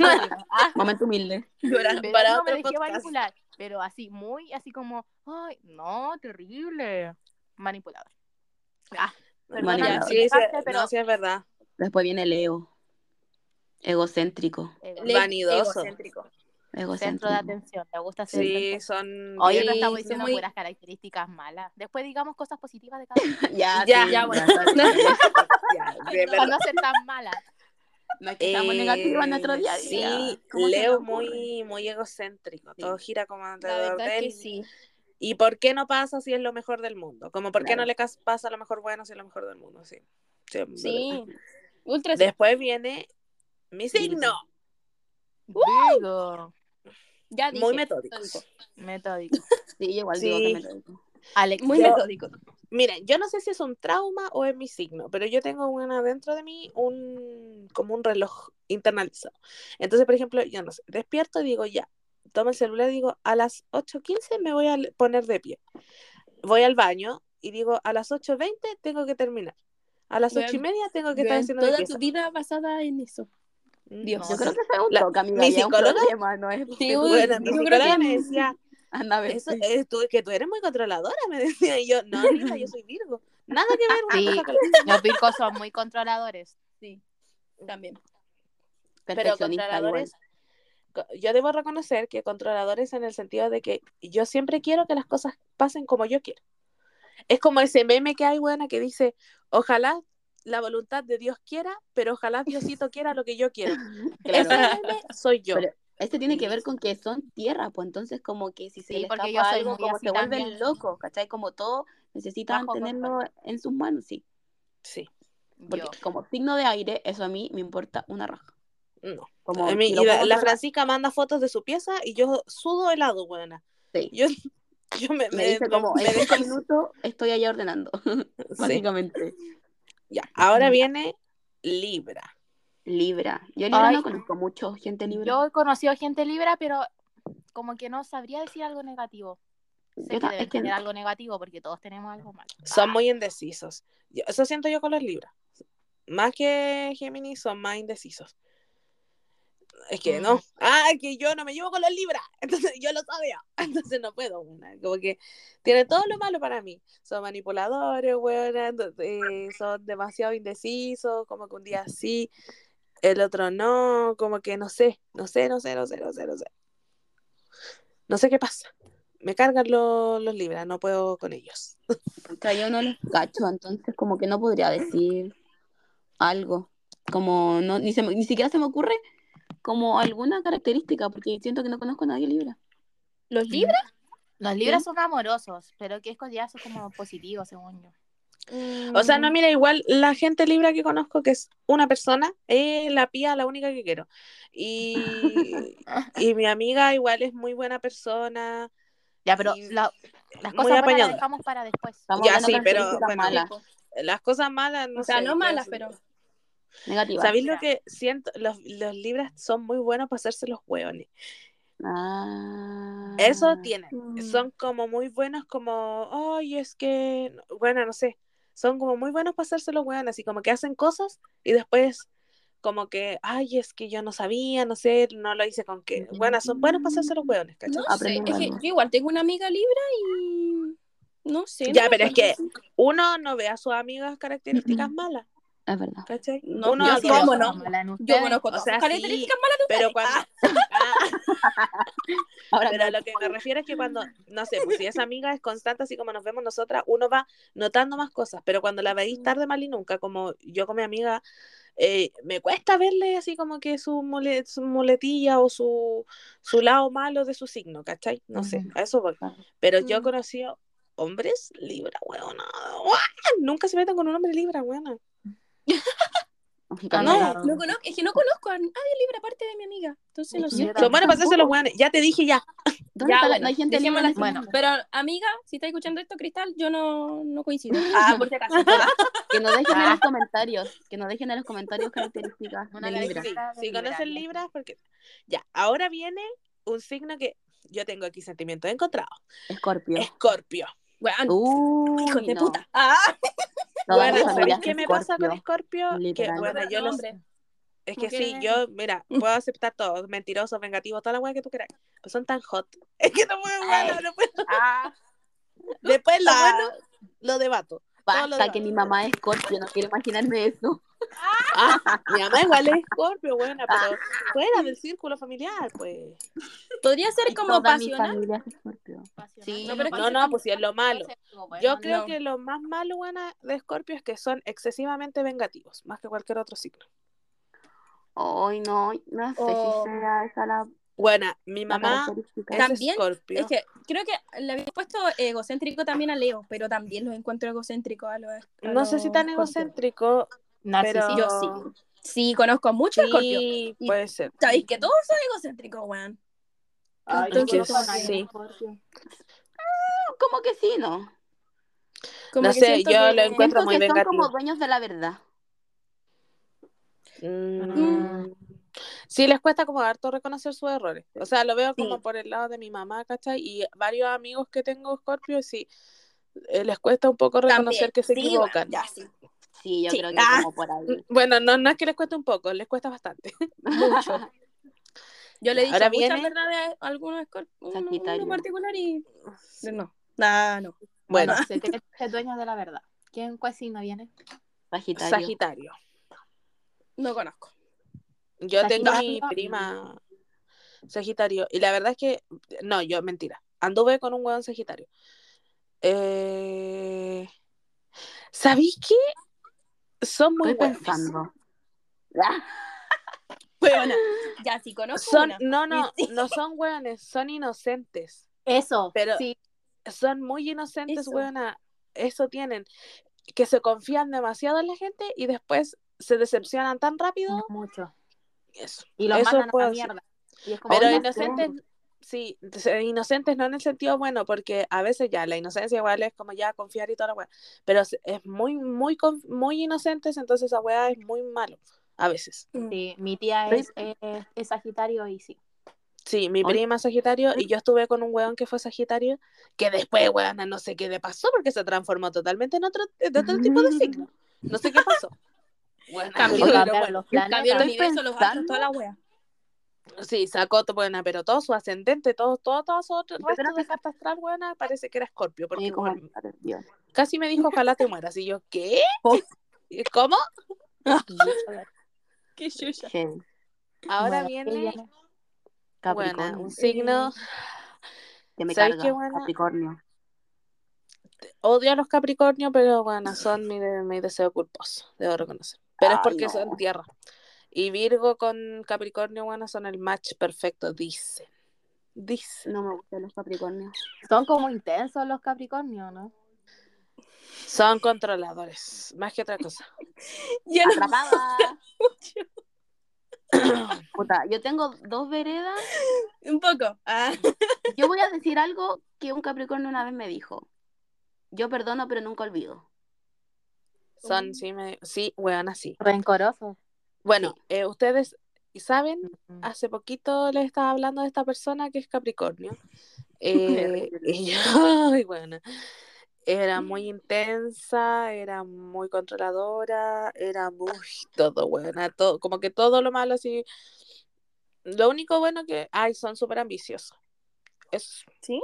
bueno. Otro tema. Ah,
Momento humilde.
pero
para
no me
otro
dejé
podcast.
manipular. Pero así, muy así como, ay, no, terrible. Manipulador. Ah, perdona,
Manipulador.
no,
Sí, sí,
cáncer, pero
no, sí es verdad.
Después viene Leo. Egocéntrico.
eh,
Le-
Vanidoso.
egocéntrico.
centro de
Egocéntrico.
atención. Le gusta ser el
Sí, son.
Oye,
Sí,
no
son
estamos diciendo
muy-
puras características malas. Después digamos cosas positivas de cada uno.
Ya,
Ya,
sí,
ya, bueno.
está bien.
Ya, de
Para
verdad.
no ser tan malas.
No es que estamos
Eh,
negativos en nuestro día a día.
Sí,
¿Cómo se
Leo
me ocurre?
muy, muy egocéntrico. Todo gira como
La
alrededor
verdad
de
es
él.
que sí.
¿Y por qué no pasa si es lo mejor del mundo? Como, ¿por qué
Claro.
no le cas- pasa lo mejor bueno si es lo mejor del mundo? Sí. Sí, es
Sí.
verdad.
Ultra
Después viene mi signo.
Digo,
Ya dije.
Muy metódico.
metódico.
Sí, yo igual
Sí.
digo que me lo-
Alex,
Muy
Yo-
metódico.
Miren, yo no sé si es un trauma o es mi signo, pero yo tengo una dentro de mí, un, como un reloj internalizado. Entonces, por ejemplo, yo no sé, despierto y digo, ya, tomo el celular y digo, a las 8.15 me voy a le- poner de pie. Voy al baño y digo, a las 8.20 tengo que terminar. A las
Vean,
8.30 tengo que estar
Vean,
haciendo
Toda
limpieza.
tu vida basada en eso.
Mm,
Dios.
Yo
No,
creo que fue un
La-
toque, amiga,
mi
ya un
psicóloga-
problema, no es...
Sí, uy,
Bueno, mi
yo creo
psicóloga
que-
me decía,
Anda a ver.
eso es tú, que tú eres muy controladora, me decía. Y yo, no, Rita, yo soy Virgo. Nada que ver una
Sí.
cosa con la otra.
los picos son muy controladores.
También.
Pero
Perfeccionista igual.
controladores, co- yo debo reconocer que controladores en el sentido de que yo siempre quiero que las cosas pasen como yo quiero. Es como ese meme que hay, buena, que dice, ojalá la voluntad de Dios quiera, pero ojalá Diosito quiera lo que yo quiero.
Claro.
Ese meme soy yo.
Pero- Este tiene que ver con que son tierra, pues entonces como que si se
Sí,
le
porque
escapa
yo soy
algo,
muy
como
así
se vuelven
también.
locos, ¿cachai? Como todo necesitan
Bajo
tenerlo en sus manos, sí.
Sí.
Yo.
Porque como signo de aire, eso a mí me importa una raja.
No.
Como
A mí- Eh, y
que lo
la,
puedo
la
sacar.
Francisca manda fotos de su pieza y yo sudo helado, buena.
Sí.
Yo, yo me,
me dice como,
me-
en cinco minutos estoy allá ordenando,
sí.
básicamente.
Ya.
Mm.
Ahora viene Libra.
Libra. Yo Libra
Ay.
no conozco mucho gente Libra.
Yo he conocido gente libra, pero como que no sabría decir algo negativo. Sé
Yo
que
ta-
deben
es que-
tener algo negativo porque todos tenemos algo malo.
Son muy indecisos. Yo- eso siento yo con los Libras. Más que Géminis, son más indecisos. Es que no.
Ujú.
Ah, es que yo no me llevo con los Libras. Entonces yo los odio. Entonces no puedo, buena. Como que tiene todo lo malo para mí. Son manipuladores, buena. son demasiado indecisos. Como que un día sí, el otro no. Como que no sé. No sé, no sé, no sé, no sé, no sé. No sé qué pasa. Me cargan los, los Libras. No puedo con ellos.
Pucha, yo no los cacho, entonces como que no podría decir algo. Como no, ni, se me- ni siquiera se me ocurre como alguna característica, porque siento que no conozco a nadie Libra.
¿Los libras?
Los libras son amorosos, pero que estos ya son como positivos, según yo.
O
Mm,
sea, no, mira, igual la gente libra que conozco, que es una persona, es la pía la única que quiero. Y, y mi amiga igual es muy buena persona.
Ya, pero
Y
la- las
muy
cosas buenas
apañadora.
las dejamos para después.
Estamos
Ya,
hablando
sí,
de
pero,
características
bueno,
malas,
Las cosas malas, no
o sea,
sé,
no
yo
malas,
soy-
pero.
negativas.
¿Sabéis lo
mira.
que siento? Los, los libras son muy buenos para hacerse los hueones.
Ah.
Eso tienen.
Mm.
Son como muy buenos, como, ay, es que, bueno, no sé. Son como muy buenos para hacerse los hueones, así como que hacen cosas y después como que, ay, es que yo no sabía, no sé, no lo hice con que. Bueno, son buenos para hacerse los
Mm.
hueones, ¿cachai?
No sé,
Aprendemos
es que
algo.
yo igual tengo una amiga libra y. No sé. no
Ya,
me
pero es que-
acuerdo.
Uno no ve a sus amigas características
Ujú.
malas,
Es verdad.
¿cachai?
No,
Uno
yo
al
sí,
otro,
¿cómo
Cosas
no?
malas en
Yo
ustedes.
conozco
O
todas
sea,
sus
sí,
características malas de
Pero cuando. Ah,
Ahora
pero a
no,
lo que me refiero es que cuando, no sé, pues si esa amiga es constante, así como nos vemos nosotras, uno va notando más cosas, pero cuando la veis tarde, mal y nunca, como yo con mi amiga, eh, me cuesta verle así como que su, mule- su muletilla o su, su lado malo de su signo, ¿cachai? No sé,
Ujú.
a eso voy.
Claro.
Pero yo he
Mm.
conocido hombres libra, weona. ¡Uah! Nunca se metan con un hombre libra, weona.
Ah,
Claro.
no.
Ah. No conozco, es que no conozco a nadie libre aparte de mi amiga. Entonces no
Yo
sé.
tampoco.
Son buenos para hacerse los weones. Ya te dije, ya.
¿Dónde
Ya,
está la-
bueno,
no hay gente libre
dejémosla
en
así.
este
Bueno.
mundo?
Pero amiga, si está escuchando esto, Cristal, yo no, no coincido.
Ah, por si
pues,
acaso. Que nos dejen en
Ah.
los comentarios. Que nos dejen en los comentarios características
Una
de Libra.
Sí,
Libra.
si conocen
Libra,
libras, porque. Ya, ahora viene un signo que yo tengo aquí sentimientos encontrados.
Escorpio.
Escorpio.
Weón,
Uh.
Uy,
hijos de
no.
puta. Ah,
Toda mi
Bueno,
familia
¿sabéis
es
qué me pasa con
Escorpio.
Escorpio? Que,
Literal.
bueno, yo
no,
los
hombre.
Es
No
que
quiero
sí,
nada.
yo, mira, puedo aceptar todo, mentirosos, vengativos, toda la weá que tú quieras. Pero son tan hot. Es que no puedo,
Ay.
weón, no puedo.
Ah,
Después lo
Ah.
bueno, lo debato. Todo lo
basta
demás.
que mi mamá es Escorpio. No quiero imaginarme eso.
Ah, mi mamá igual es Scorpio, buena, pero fuera del círculo familiar, pues.
Podría ser
Y
como
toda mi
pasional.
familia es Escorpio. Sí,
no,
no, pero es que
No, no, pues si es lo malo. Yo creo
no.
que lo más malo, buena, de Scorpio es que son excesivamente vengativos, más que cualquier otro signo.
Ay, no. No sé
Oh.
si sea esa la,
Buena, mi
la
mamá
característica.
es
También,
Scorpio.
Es que creo que le había puesto egocéntrico también a Leo, pero también los encuentro egocéntricos a los. a
No sé si
los
tan
Scorpio.
egocéntrico, pero...
Yo sí. Sí, conozco mucho Scorpio.
Sí, puede ser.
Sabéis que todos son egocéntricos, weón.
Ay,
Es que
Entonces,
conozco a nadie.
sí.
Como que sí, ¿no?
como
No
que
sé,
siento
yo
que-
lo encuentro-
Siento
muy
que son
vengativo.
como dueños de la verdad.
Mm. Sí, les cuesta como harto reconocer sus errores. O sea, lo veo como
Sí.
por el lado de mi mamá, ¿cachai? Y varios amigos que tengo Scorpio, sí, eh, les cuesta un poco reconocer
También.
que se
Sí, weón,
equivocan. Mm,
ya, sí.
Sí, yo
Sí.
creo que
Ah.
como por ahí.
Bueno, no, no es que les cueste un poco, les cuesta bastante.
Mucho. Yo le he dicho
Ahora
muchas
viene-
verdades a algunos Scorpio, uno,
Sagitario.
uno particular y no. Ah, no.
Bueno,
No, se cree que es dueño de la verdad. ¿Quién, cuál signo viene?
Sagitario.
Sagitario.
No conozco.
Yo tengo a mi
Sagitario.
prima Sagitario. Y la verdad es que, no, yo, mentira. Anduve con un hueón Sagitario. Eh... ¿Sabéis qué? Son muy
Estoy
buenos.
pensando. Ah,
Weona. Ya, sí, conozco
Son,
una.
no, no,
Sí.
no son hueones, son inocentes.
Eso,
Pero-
sí.
Son muy inocentes,
Eso.
hueona. Eso tienen. Que se confían demasiado en la gente y después se decepcionan tan rápido
Mucho.
eso.
Y los
Eso
mandan a
puedo
la
decir.
mierda. Y es como,
Pero
"Oye,
inocentes, sí, se- inocentes no en el sentido bueno, porque a veces ya la inocencia igual es como ya confiar y toda la weá. Pero es es muy, muy, conf- muy inocentes, entonces esa weá es muy malo, a veces.
Mm.
Sí, mi tía
Sí.
es, es- es Sagitario y sí.
Sí, mi
Ay.
prima es Sagitario
¿eh?
y yo estuve con un weón que fue Sagitario, que después, weona, no sé qué le pasó porque se transformó totalmente en otro, en otro tipo de signo. No sé qué pasó. Weona,
Cambió,
pero
cambiaron
bueno,
los
Cambió el
planetas.
estoy
universo, los astros,
pensando.
toda la wea.
Sí, sacó, to- buena, pero todo su ascendente, todo, todo, todo su otro
Yo
resto
creo
de
que-
carta astral, buena, parece que era Escorpio, porque
Oye, como-
bueno, casi me dijo, ojalá te mueras, y yo, ¿qué?
Oh.
¿Y ¿Cómo?
Qué chucha.
Che,
Ahora
Bueno,
viene,
sí,
buena,
viene.
Capricornio.
un signo,
que me
¿sabes
carga.
qué, buena?
Capricornio.
odio a los Capricornio, pero bueno, son mi, de- mi deseo culposo, debo reconocer, pero es
Ay,
porque
no.
son tierra, y Virgo con Capricornio, bueno, son el match perfecto, dicen, dicen,
No me gustan los Capricornios.
Son como intensos los Capricornios, ¿no?
son controladores, más que otra cosa.
Ya no-
Atrapada. Puta, yo tengo dos veredas.
Un poco. Ah.
Yo voy a decir algo que un Capricornio una vez me dijo. Yo perdono, pero nunca olvido.
Son, sí, me, sí, weón, así.
Rencorosos.
Bueno, eh, ustedes saben,
Mm.
hace poquito les estaba hablando de esta persona que es Capricornio. Eh, y yo, ay, bueno, era muy intensa, era muy controladora, era muy todo, buena, todo, como que todo lo malo así. Lo único bueno que, ay, son súper ambiciosos. Es,
Sí,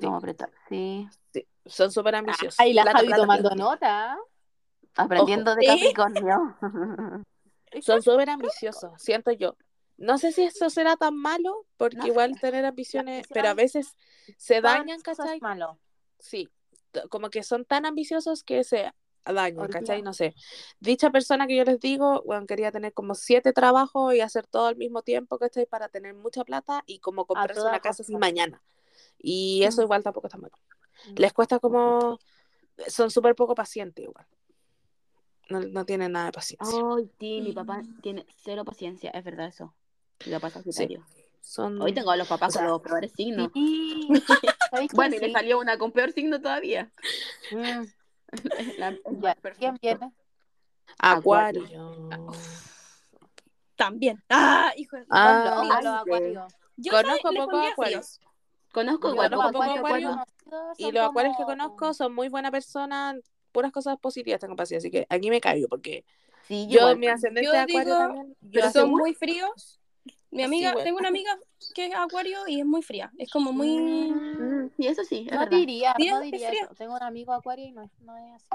como apretar. Sí.
sí, son súper ambiciosos.
Ay, la
Plata,
Javi
plata,
tomando
plata.
nota.
Aprendiendo de
¿Sí?
Capricornio.
Son súper ambiciosos, siento yo. No sé si eso será tan malo, porque
No sé.
igual tener ambiciones,
ambición-
pero a veces se dañan,
Eso
¿cachai?
es malo.
Sí, t- como que son tan ambiciosos que se dañan,
Olvidan.
¿cachai? No sé. Dicha persona que yo les digo, bueno, quería tener como siete trabajos y hacer todo al mismo tiempo, ¿cachai? Para tener mucha plata y como comprarse
toda
una casa sin
costa.
mañana. Y eso igual tampoco está malo.
Mm.
Les cuesta como... Son súper poco pacientes igual. No, no tienen nada de paciencia.
Ay, sí, mi papá tiene cero paciencia. Es verdad eso. Mi papá es Sagitario.
Son...
Hoy tengo a los papás
Mm. O sea,
con los peores signos.
Sí. ¿Sabéis que
Bueno, y
sí?
le salió una con peor signo todavía.
Mm,
La- es
ya.
más
¿Quién
perfecto.
viene?
Acuario.
También. Ah, hijo de
Ah, Pues
Odio a los
sí.
acuarios.
Yo
Conozco
sabe- les
poco
pondría
acuarios.
fríos.
Conozco
Yo
Igual,
los
cuatro,
poco
acuarios
acuario.
que he conocido
Y
son
los acuarios que
como-
conozco son muy buena persona, puras cosas positivas tengo para decir, así que aquí me caigo, porque
Sí,
yo,
igual.
mi ascendente
Yo
de acuario
digo-
también, yo
Pero
hace
son
mu-
muy fríos. Mi amiga,
Sí, bueno.
tengo una amiga que es acuario y es muy fría. Es como muy.
Mm, Sí, eso sí, es
No
verdad.
diría,
Frío,
no
es
diría
frío.
eso. Tengo un amigo acuario y no es, no es así.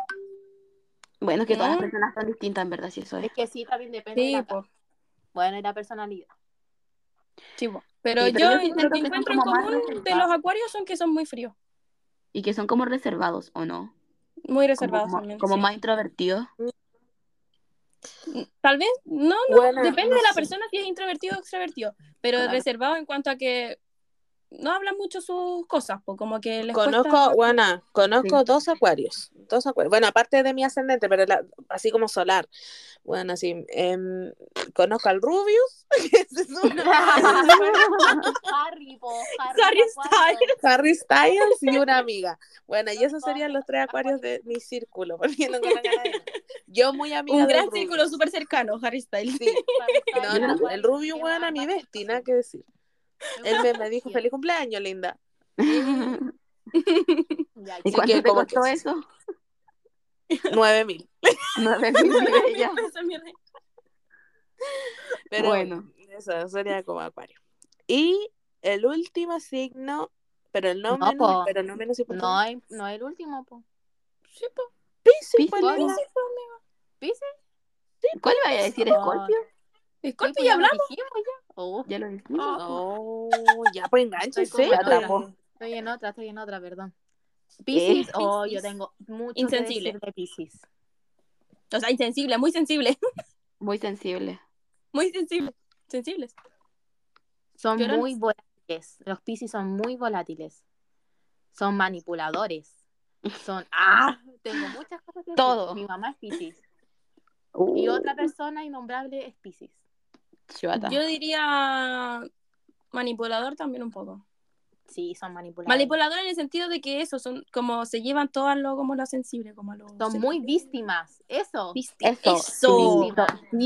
Bueno, es que todas
Mm.
las personas son distintas, en verdad, sí, eso es.
Es que sí, también depende de
Sí,
la,
po,
bueno, y la personalidad.
sí, po. Pero
Sí, pero
yo
yo sí
lo
siento
que
que son
encuentro en
como más
común de los
reservados.
acuarios son que son muy fríos.
Y que son como reservados, ¿o no?
Muy
Como,
reservados
como-
también.
como
sí.
más introvertidos.
Tal vez, no, no.
Buena,
Depende
no
de la
sé.
persona si es introvertido o extrovertido. Pero
Claro.
reservado en cuanto a que no hablan mucho sus cosas, po, como que les
Conozco,
cuesta-
buena, conozco
Sí.
dos acuarios, dos acuarios, bueno, aparte de mi ascendente, pero la- así como solar, bueno, así, em, conozco al Rubius, que ese es uno,
Harry, po, Harry,
Harry
acuario.
Harry Styles y una amiga. Bueno, y esos serían los tres acuarios de mi círculo, porque no conozco a nadie. Yo muy amiga
Un
del
gran
Rubius.
círculo súper cercano, Harry Styles.
Sí,
Harry
No,
Styles,
no,
acuario,
el rubio,
Esteban,
weón, a mi
Acuario.
bestia, nada que decir. Él me, me dijo, feliz cumpleaños, linda.
Ya,
¿Y
Sí,
ya.
cuánto
que
te
como
costó
que-
eso?
9000.
Nueve mil de ella.
Esa mierda.
Pero
Bueno.
eso sería como acuario. Y el último signo, pero el no,
No,
menos,
po.
pero no menos
No,
importante.
hay- no es el último, po.
Sí, po.
Piscis,
Piscis,
¿cuál es?
po.
Sí, po, amigo.
¿Cuál iba a decir?
No.
¿Escorpio?
Sí,
Disculpe,
pues
ya
ya lo
hablamos.
dijimos ya. Oh,
Ya lo dijimos.
Oh, ya pues enganchense.
Estoy con
pues.
otra, po. estoy en otra, estoy en otra, perdón. Piscis, oh, yo
Piscis.
tengo mucho
Insensible.
que decir de Piscis.
O sea, insensible, muy sensible.
Muy sensible.
Muy sensible. Sensibles.
Son
Llorones.
muy volátiles. Los Piscis son muy volátiles. Son manipuladores. Son. ¡Ah! Tengo muchas cosas que decir.
Todo. Uh.
Mi mamá es Piscis. Y otra persona innombrable es Piscis.
Chivata.
Yo diría manipulador también un poco.
Sí, son manipuladores.
Manipulador en el sentido de que eso, son como se llevan todo a lo, como lo sensible, como a lo...
Son muy víctimas. Eso.
víctimas.
Eso.
Eso.
sí, son-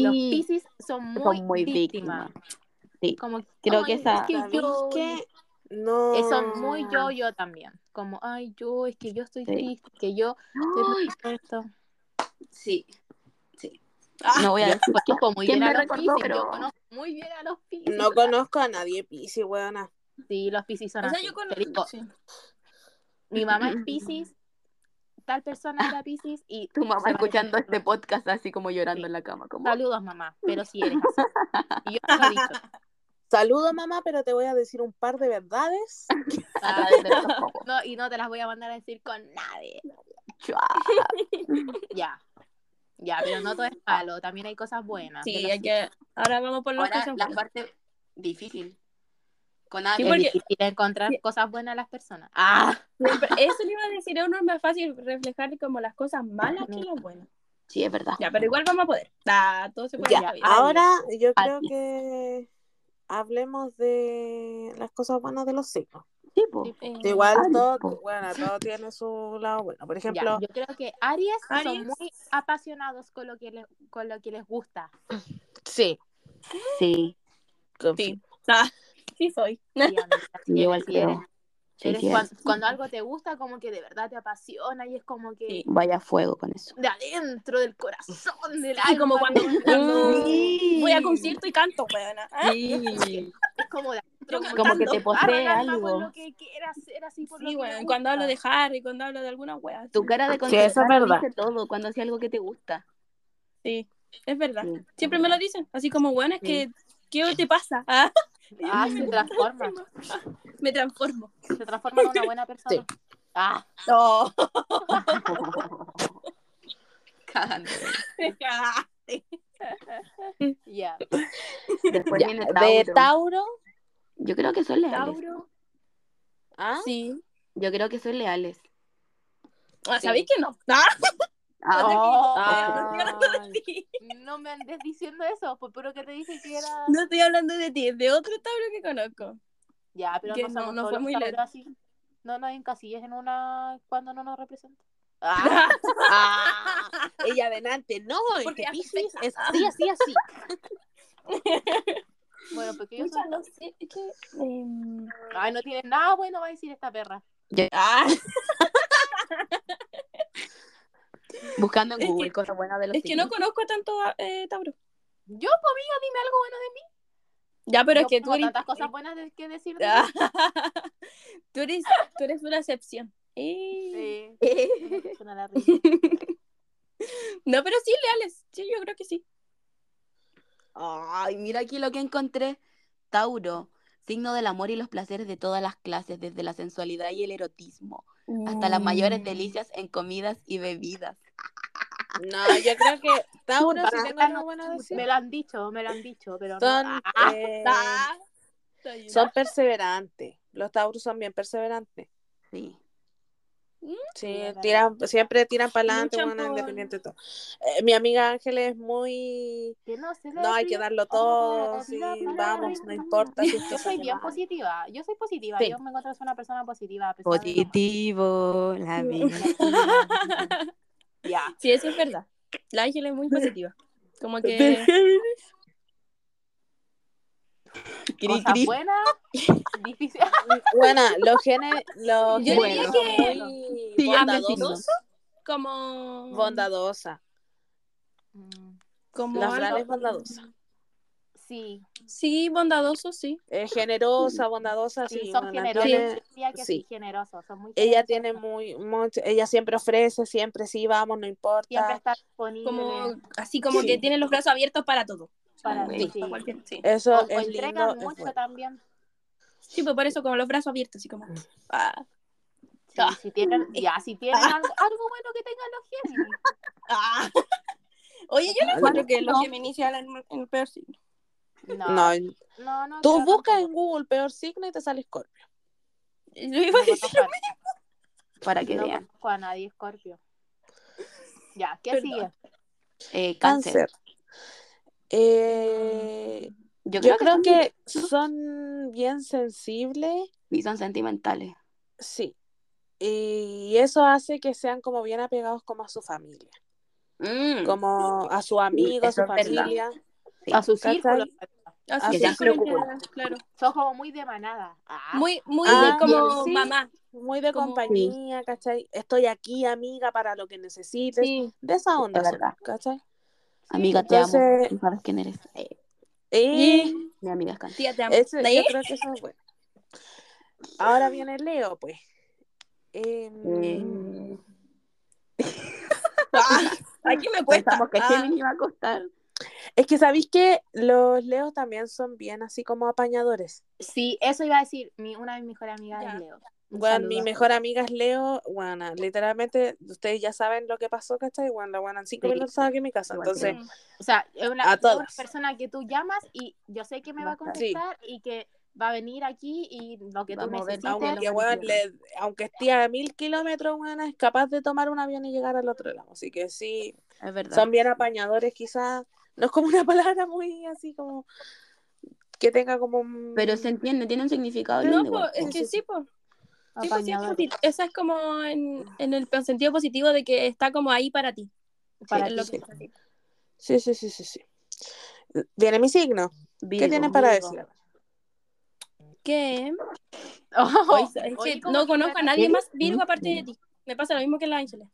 Los
sí,
piscis son muy,
son muy
víctimas.
víctimas. Sí.
Como,
Creo
ay,
que esa-
es que yo-
¿Sabéis qué? No.
eh, son muy yo, yo también. Como, ay, yo, es que yo estoy
Sí.
triste, que yo
Ay,
estoy por esto.
Sí.
Ah,
No voy a decir
Yo conozco muy
¿Quién
bien a
me
los
recordó?
piscis, yo
Pero-
conozco muy bien a los piscis.
No conozco a nadie, Pisi, weona.
Sí, los piscis son
O sea,
así.
yo
Te digo,
conozco... sí.
mi mamá es piscis, tal persona era piscis y
tu mamá
se
escuchando este podcast así como llorando
Sí.
en la cama. Como,
Saludos, mamá, pero si eres así. Y yo te lo he dicho.
Saludo, mamá, pero te voy a decir un par de verdades.
a través de los ojos.
No, y no te las voy a mandar a decir con nadie.
Chua.
Ya. Ya, pero no todo es malo, también hay cosas buenas.
Sí,
de los
hay que... Ahora vamos por las
Ahora
cosas
la
buenas.
parte difícil. Con Ana.
Sí,
Es
porque-
difícil encontrar cosas buenas a las personas. ¡Ah!
Siempre- Eso le iba a decir, a uno es más fácil reflejar como las cosas malas que las buenas.
Sí, es verdad.
Ya, pero igual vamos a poder. Ah, todo se puede.
Ya,
en la vida.
ahora yo
Ay.
creo que hablemos de las cosas buenas de los signos.
Sí, po.
Sí,
Eh,
Igual
Ay,
todo,
po.
bueno, todo tiene su lado bueno. Por
Ya,
ejemplo,
yo creo que Aries, son
Aries.
muy apasionados con lo que les, con lo que les gusta.
sí,
Sí,
Sí. Ah, sí soy.
Sí, amiga,
sí,
sí,
igual
sí,
creo.
eres-
Sí,
eres
sí,
cuan-
es.
cuando, algo te gusta, como que de verdad te apasiona y es como que
Sí.
Vaya fuego con eso.
de adentro, del corazón, del
Y
alma.
como cuando,
Mm.
cuando
Sí.
voy a concierto y canto, weona. Ah,
Sí.
Es como de adentro,
Yo
Como
Cantando.
que te
arma el
posee
alma por
algo.
lo que quieras ser así por
Sí,
lo que le
weón,
gusta.
cuando hablo de Harry, cuando hablo de alguna wea.
Tu cara de
Sí, eso es
concentrado
verdad.
dice todo cuando hace algo que te gusta. Mm.
Sí, es verdad.
Sí,
Siempre
es
me lo
verdad.
dicen, así como, weón, es que, ¿qué te pasa? Ah,
Ah, se transforma.
me transformo.
Se transforma en una buena persona. Ah,
No,
Cagando.
me
Ah,
cagaste.
ya.
Después
ya,
viene
de
Tauro.
Tauro,
Yo creo que son leales.
Tauro.
¿ah?
Sí.
Yo creo que son leales.
Ah,
Sí.
¿Sabéis que no? Ah,
Oh,
Ah,
no estoy hablando de ti.
No me andes diciendo eso, por puro que te dije que era.
No estoy hablando de ti, es de otro Tauro que conozco.
Ya, pero
Que
no,
no-
somos
no
todos
fue
los
muy
Tauros
lento.
así. No nos encasilles en una cuando no nos representa. Ah,
Ah, ella adelante, no, es
Porque
que
hace
Pisces es así, así, así.
bueno, porque yo
Pucha,
soy-
no sé, es que... em,
Ay, no tiene nada bueno, va a decir esta perra.
Ah,
Buscando en
Es
Google
que-
cosas buenas de los
es que no
signos.
conozco tanto a eh, Tauro.
Yo, conmigo, dime algo bueno de mí.
Ya, pero
Yo
es que tú
tengo
eres... Ah,
tantas cosas buenas de que decir. de
Ah.
mí.
tú, eres tú eres una excepción. Eh,
Sí.
Eh,
Es una larga.
No, pero sí, leales. Sí, yo creo que sí.
Ay, mira aquí lo que encontré. Tauro, signo del amor y los placeres de todas las clases, desde la sensualidad y el erotismo, hasta
Mm.
las mayores delicias en comidas y bebidas.
No, yo creo que Tauro,
Puta,
si tengo algo bueno a decir,
Me lo han dicho, me lo han dicho, pero no.
son,
Ah,
eh,
Ah, soy una-
son perseverantes. Los Tauros son bien perseverantes.
Sí.
Sí,
Sí,
es verdad.
tiran, siempre tiran para adelante,
Luchan
bueno,
por-
independiente de todo. Eh, mi amiga Ángeles es muy...
que no se le
No, hay que
olvide.
darlo todo, sí, vamos, no importa si esto
Yo
sale
soy bien
mal.
positiva, yo soy positiva,
Sí.
yo me encuentro que soy una persona positiva. A pesar de lo malo.
Positivo, la vida.
Ya.
Sí, eso es verdad. La Ángela es muy positiva. Como
De
que...
Géminis.
Cri,
Cosas
cri.
buenas, difícil.
Bueno, los genes, los
Yo
genes
diría
son
que-
muy
Sí, ya me
bondadosos,
Como...
bondadosa.
Mm,
como
La
algo-
Fran es bondadosa.
Sí,
Sí, bondadoso, sí.
Es eh, generosa, bondadosa,
sí,
sí.
son
bueno,
generosos.
tiene-
Yo diría que sí,
sí.
generosos, son muy
ella
generosos.
tiene muy, mucho, ella siempre ofrece, siempre sí, vamos, no importa.
Siempre está disponible
Como... Así como
Sí.
que tiene los brazos abiertos para todo.
para
Sí.
ti.
Para cualquier- sí.
O,
Eso
o
es
entregan
lindo. es
mucho
bueno.
también.
Sí, pues por eso con los brazos abiertos, así como. Ah,
Sí,
Ah.
si tienen, ya, si tienen
Ah.
algo, algo bueno que tengan los Géminis.
ah. Oye, yo no encuentro que los Géminis se hablan en el peor signo.
No,
No,
no, no.
tú
creo
buscas en
tampoco.
Google peor signo y te sale Scorpio.
Yo
No
iba a decir,
conozco a-
Para que
no
vean.
conozco a nadie, Scorpio. Ya, ¿qué
Perdón.
sigue?
Eh, cáncer.
Cáncer. Eh,
Yo creo
Yo
que,
creo
son-
que son bien sensibles,
y son sentimentales.
sí. Y eso hace que sean como bien apegados como a su familia,
Mm,
como a su amigo, a
eso
su
es verdad.
familia.
A su
¿Cachai?
círculo.
Así
que
es,
se
con el-
preocupan.
claro.
Son como muy de manada. Ah,
Muy, muy
Ah,
de como
sí.
mamá.
Muy de
Como-
compañía, ¿cachai? Estoy aquí, amiga, para lo que necesites.
Sí.
De esa onda, son,
verdad.
¿cachai?
Amiga, te amo.
Entonces-
Tú sabes quién eres. Eh,
Y
Y-
mi amiga Scan.
Tía, te amo.
eso,
¿Eh?
yo creo que eso es bueno. Ahora viene Leo, pues. Em,
Eh,
Ah, aquí me cuesta.
pensamos que
Ah,
Gemini iba a costar.
Es que sabéis que los leos también son bien así como apañadores.
Sí, eso iba a decir. Mi, una de mis mejores amigas
Ya.
es Leo. Un
Bueno,
saludo.
mi mejor amiga es Leo, bueno, literalmente ustedes ya saben lo que pasó, ¿cachai? Bueno, la buena en cinco
Sí.
minutos estaba aquí en mi casa,
Igual
entonces,
Mm.
O sea, es una,
A
es una
todas.
persona que tú llamas y yo sé que me va a contestar y que va a venir aquí y lo que tú
Vamos a ver,
necesites.
vamos a
aunque,
lo
weón,
mantiene.
le- aunque esté a mil kilómetros, weón, es capaz de tomar un avión y llegar al otro lado, así que sí,
Es verdad.
son bien apañadores quizás, no es como una palabra muy así como que tenga como un...
Pero se entiende, tiene un significado
No,
lindo.
po,
igual,
es
po.
que sí, po. Sí, po, sí, es
Apañador.
posit- esa es como en, en el sentido positivo de que está como ahí para ti.
Para
Es
ti,
lo
sí.
que está así.
Sí, sí, sí, sí, sí. Viene mi signo, ¿qué
pues, Virgo.
tiene para
Virgo.
decir?
¿Qué?
Ojo,
Oye, es
oye,
que
¿cómo
no
que
conozco a
suena?
nadie
¿Qué?
más Virgo aparte de ti. Me pasa lo mismo que la Ángeles.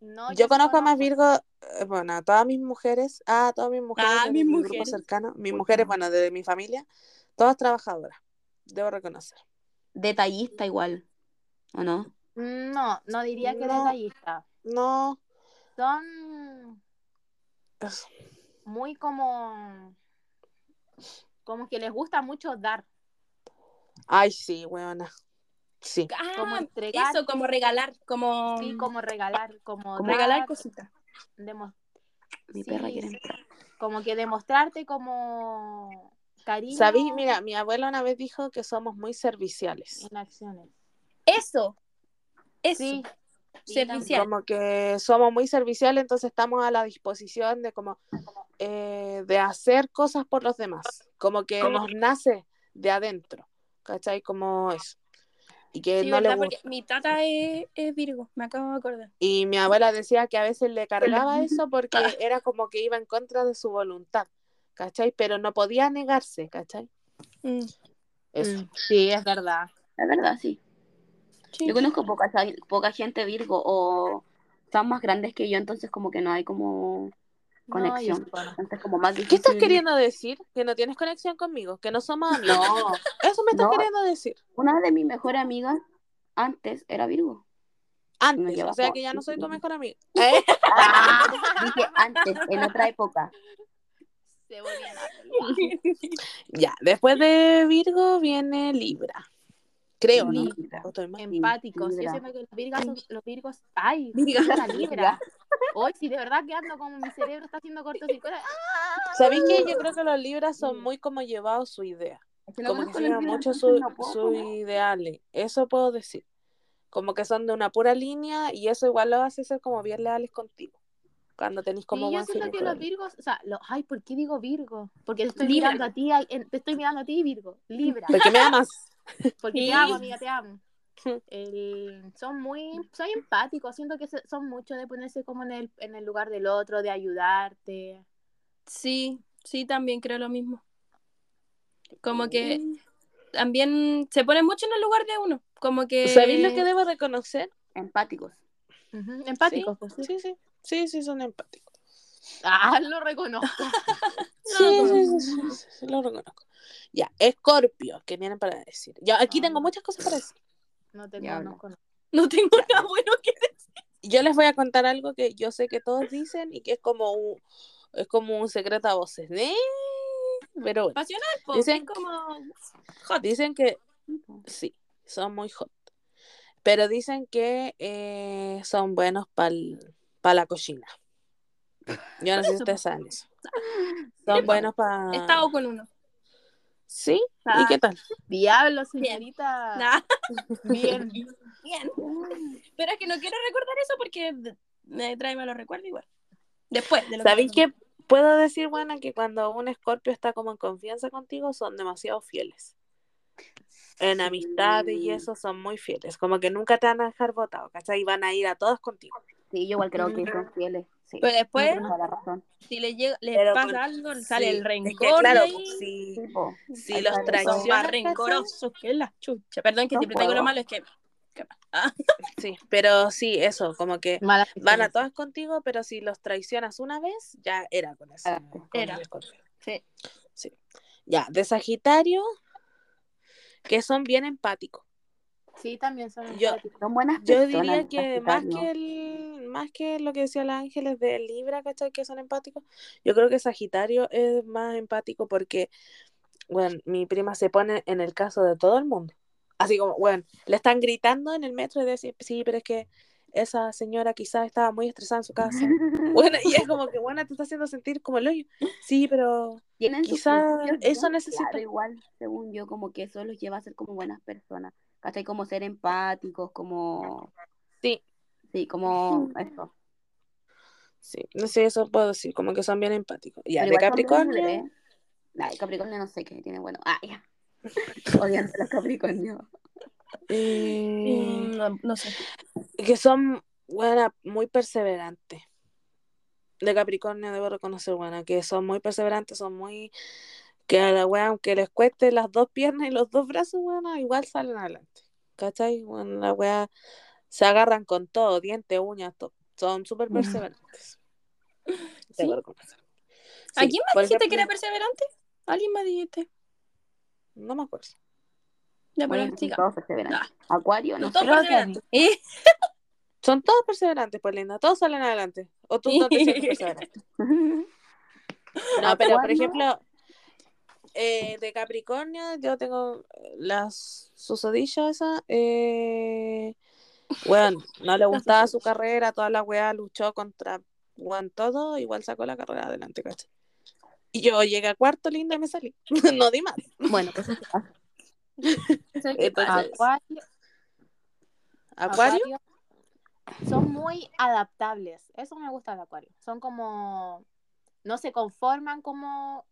No,
Yo
sí
conozco a más
conozco.
Virgo, eh, bueno, a todas mis mujeres, ah, a todas mis mujeres,
Ah,
de
mis
mi
mujeres.
grupo cercano, mis
Pucha.
mujeres, bueno, de mi familia, todas trabajadoras, debo reconocer.
Detallista igual. ¿O no?
Mm, No, no diría que
No.
detallista.
No,
Son
es-
muy como. Como que les gusta mucho dar.
ay, sí, weona, sí.
Como
Ah,
entregar.
eso, como regalar, como,
Sí, como regalar. Como, dar,
como regalar cositas.
demos-
Mi
Sí,
perra
sí.
quiere entrar.
como que demostrarte como cariño
Sabí, mira, mi abuela una vez dijo que somos muy serviciales,
en acciones.
Eso. Eso.
Sí.
Servicial.
como que somos muy serviciales, entonces estamos a la disposición de como, eh, de hacer cosas por los demás, como que nos nace de adentro, ¿cachai? Como eso. Y que
Sí,
no le
verdad,
gusta.
porque mi tata es, es Virgo, me acabo de acordar.
Y mi abuela decía que a veces le cargaba eso porque era como que iba en contra de su voluntad, ¿cachai? Pero no podía negarse, ¿cachai?
Mm,
Eso.
Mm, Sí, es verdad.
Es verdad, sí.
sí.
Yo conozco poca, poca gente Virgo o son más grandes que yo, entonces como que no hay como
No,
conexión.
yo sí conozco.
entonces como más
¿Qué
difícil.
estás queriendo decir? Que no tienes conexión conmigo, que no somos amigos.
No,
Eso me estás
No.
queriendo decir.
una de mis mejores amigas antes era Virgo. Nos
Antes, o
llevamos.
sea que ya no soy tu mejor amiga. ¿Eh?
Dije antes, en otra época.
Se volvían a
Ya, después de Virgo viene Libra. Creo, ¿no? Em,
Libra.
¿O estoy mal?
empáticos. Yo
Libra.
siento que los virgos son- los virgos, ay,
Virgo.
son una libra. Hoy sí, de verdad que ando como mi cerebro está haciendo cortocircuito. ¡Ah!
¿Sabéis que yo creo que los Libras son muy como llevados su idea?
Es que no
como que
conozco los
siguen
Libras,
mucho
entonces
sus
no puedo
sus
poner.
ideales, eso puedo decir. Como que son de una pura línea y eso igual lo hace ser como bien leales contigo. Cuando tenéis como
Sí, yo
buen
siento que
feeling
los
con él.
virgos, o sea, los, ay, ¿por qué digo virgo? Porque te estoy
Libra.
mirando a ti, ay, en- te estoy mirando a ti, virgo, libra.
Porque me amas.
Porque
Sí.
te amo, amiga, te amo.
Sí.
El- son muy, soy empáticos, siento que se- son mucho de ponerse como en el, en el lugar del otro, de ayudarte.
Sí, sí, también creo lo mismo. Como que también se pone mucho en el lugar de uno. Como que.
¿Sabéis lo que
Eh,
debo reconocer?
Empáticos.
Ujú, Empáticos, pues, sí.
Sí, sí. Sí, sí, son empáticos.
Ah, lo reconozco.
Sí,
No,
sí, sí,
no.
sí, sí, sí, lo reconozco. Ya, Escorpio, que tienen para decir. Yo aquí
Ah.
tengo muchas cosas para decir.
No te
Ya hablo.
conozco. no.
No tengo nada bueno que
Yo les voy a contar algo que yo sé que todos dicen y que es como un, es como un secreto a voces. ¿eh? Pero bueno.
Pasional, po.
Dicen- Ah.
es como.
Dicen que sí, son muy hot. Pero dicen que eh, son buenos para la cocina. Yo no sé si ustedes saben eso. Son buenos para.
He estado con uno. Ah,
Sí, ¿y qué tal?
Diablo, señorita.
Nah,
Bien.
bien. Pero es que no quiero recordar eso porque me trae malos recuerdos igual. Después de lo que
¿Sabéis
pasó.
que puedo decir, bueno, que cuando un escorpio está como en confianza contigo, son demasiado fieles. En amistad y eso son muy fieles. Como que nunca te van a dejar votado, ¿cachai? Y van a ir a todos contigo.
Sí, yo igual creo que son fieles. Sí.
Pero después,
Tienes toda la razón.
si le, llega, le
Pero
pasa
con-
algo, sale
Sí,
el rencor.
Es que, claro,
ahí.
si,
Sí, po.
si
Ahí
los
está,
traicionas,
Son más
¿cachai?
rencorosos que la chucha. Perdón que
No
siempre traigo lo
puedo.
malo, es que. que- ah,
Sí, pero sí, eso, como que
Mala
van a
experiencia.
todas contigo, pero si los traicionas una vez, ya era con eso.
Cagaste.
Era. Sí.
Ya, de Sagitario, que son bien empáticos.
Sí, también son
Yo-
empáticos.
Son buenas
Yo
personas,
diría
las
que más
Sagitario.
que el, más que lo que decía la Ángeles de Libra, ¿cachai? Que son empáticos. Yo creo que Sagitario es más empático porque, bueno, mi prima se pone en el caso de todo el mundo. Así como, bueno, le están gritando en el metro y decir, sí, pero es que esa señora quizás estaba muy estresada en su casa. Bueno, y es como que, bueno, te está haciendo sentir como el hoyo. Sí, pero
Tienen sus
Quizá
principios bien
eso necesita-
claros, igual, según yo, como que eso los lleva a ser como buenas personas. ¿Cachai? Como ser empáticos, como.
Sí.
Sí, como eso.
Sí, no sé, eso puedo decir, como que son bien empáticos. Ya,
Pero
de
igual son
Capricornio,
horribles, ¿eh? Ay, Capricornio no sé qué tiene bueno. Ah, ya. Odiando a los Capricornios.
eh,
mm, no, no sé.
que son, bueno, muy perseverantes. De Capricornio debo reconocer, bueno, que son muy perseverantes, son muy, que a la wea, aunque les cueste las dos piernas y los dos brazos, bueno, igual salen adelante. ¿Cachai? Bueno, la wea, se agarran con todo, dientes, uñas, todo. Son súper
Mm.
perseverantes. Debo reconocer.
¿A
Sí,
quién más
por
dijiste
ejemplo,
que era perseverante? ¿Alguien más dijiste?
No me acuerdo.
Ya,
Bueno,
bueno,
sí,
siga.
todos perseveran. Acuario, no
Tú
sé.
todo
creo que a mí.
perseverante. ¿Eh?
Son todos perseverantes, pues linda, todos salen adelante. O tú no te sientes perseverante. No, pero por
Acuario.
ejemplo, eh, de Capricornio, yo tengo las susodillas esa. Eh, bueno, no le gustaba su carrera, toda la weá luchó contra Juan todo, igual sacó la carrera adelante, ¿cachai? Y yo llegué a cuarto, linda, y me salí. no di más.
Bueno, pues eh, eso pasa.
Eso que pasa.
Entonces,
Acuario,
Acuario,
Acuario, Son muy adaptables. Eso me gusta de Acuario. Son como. No se conforman como.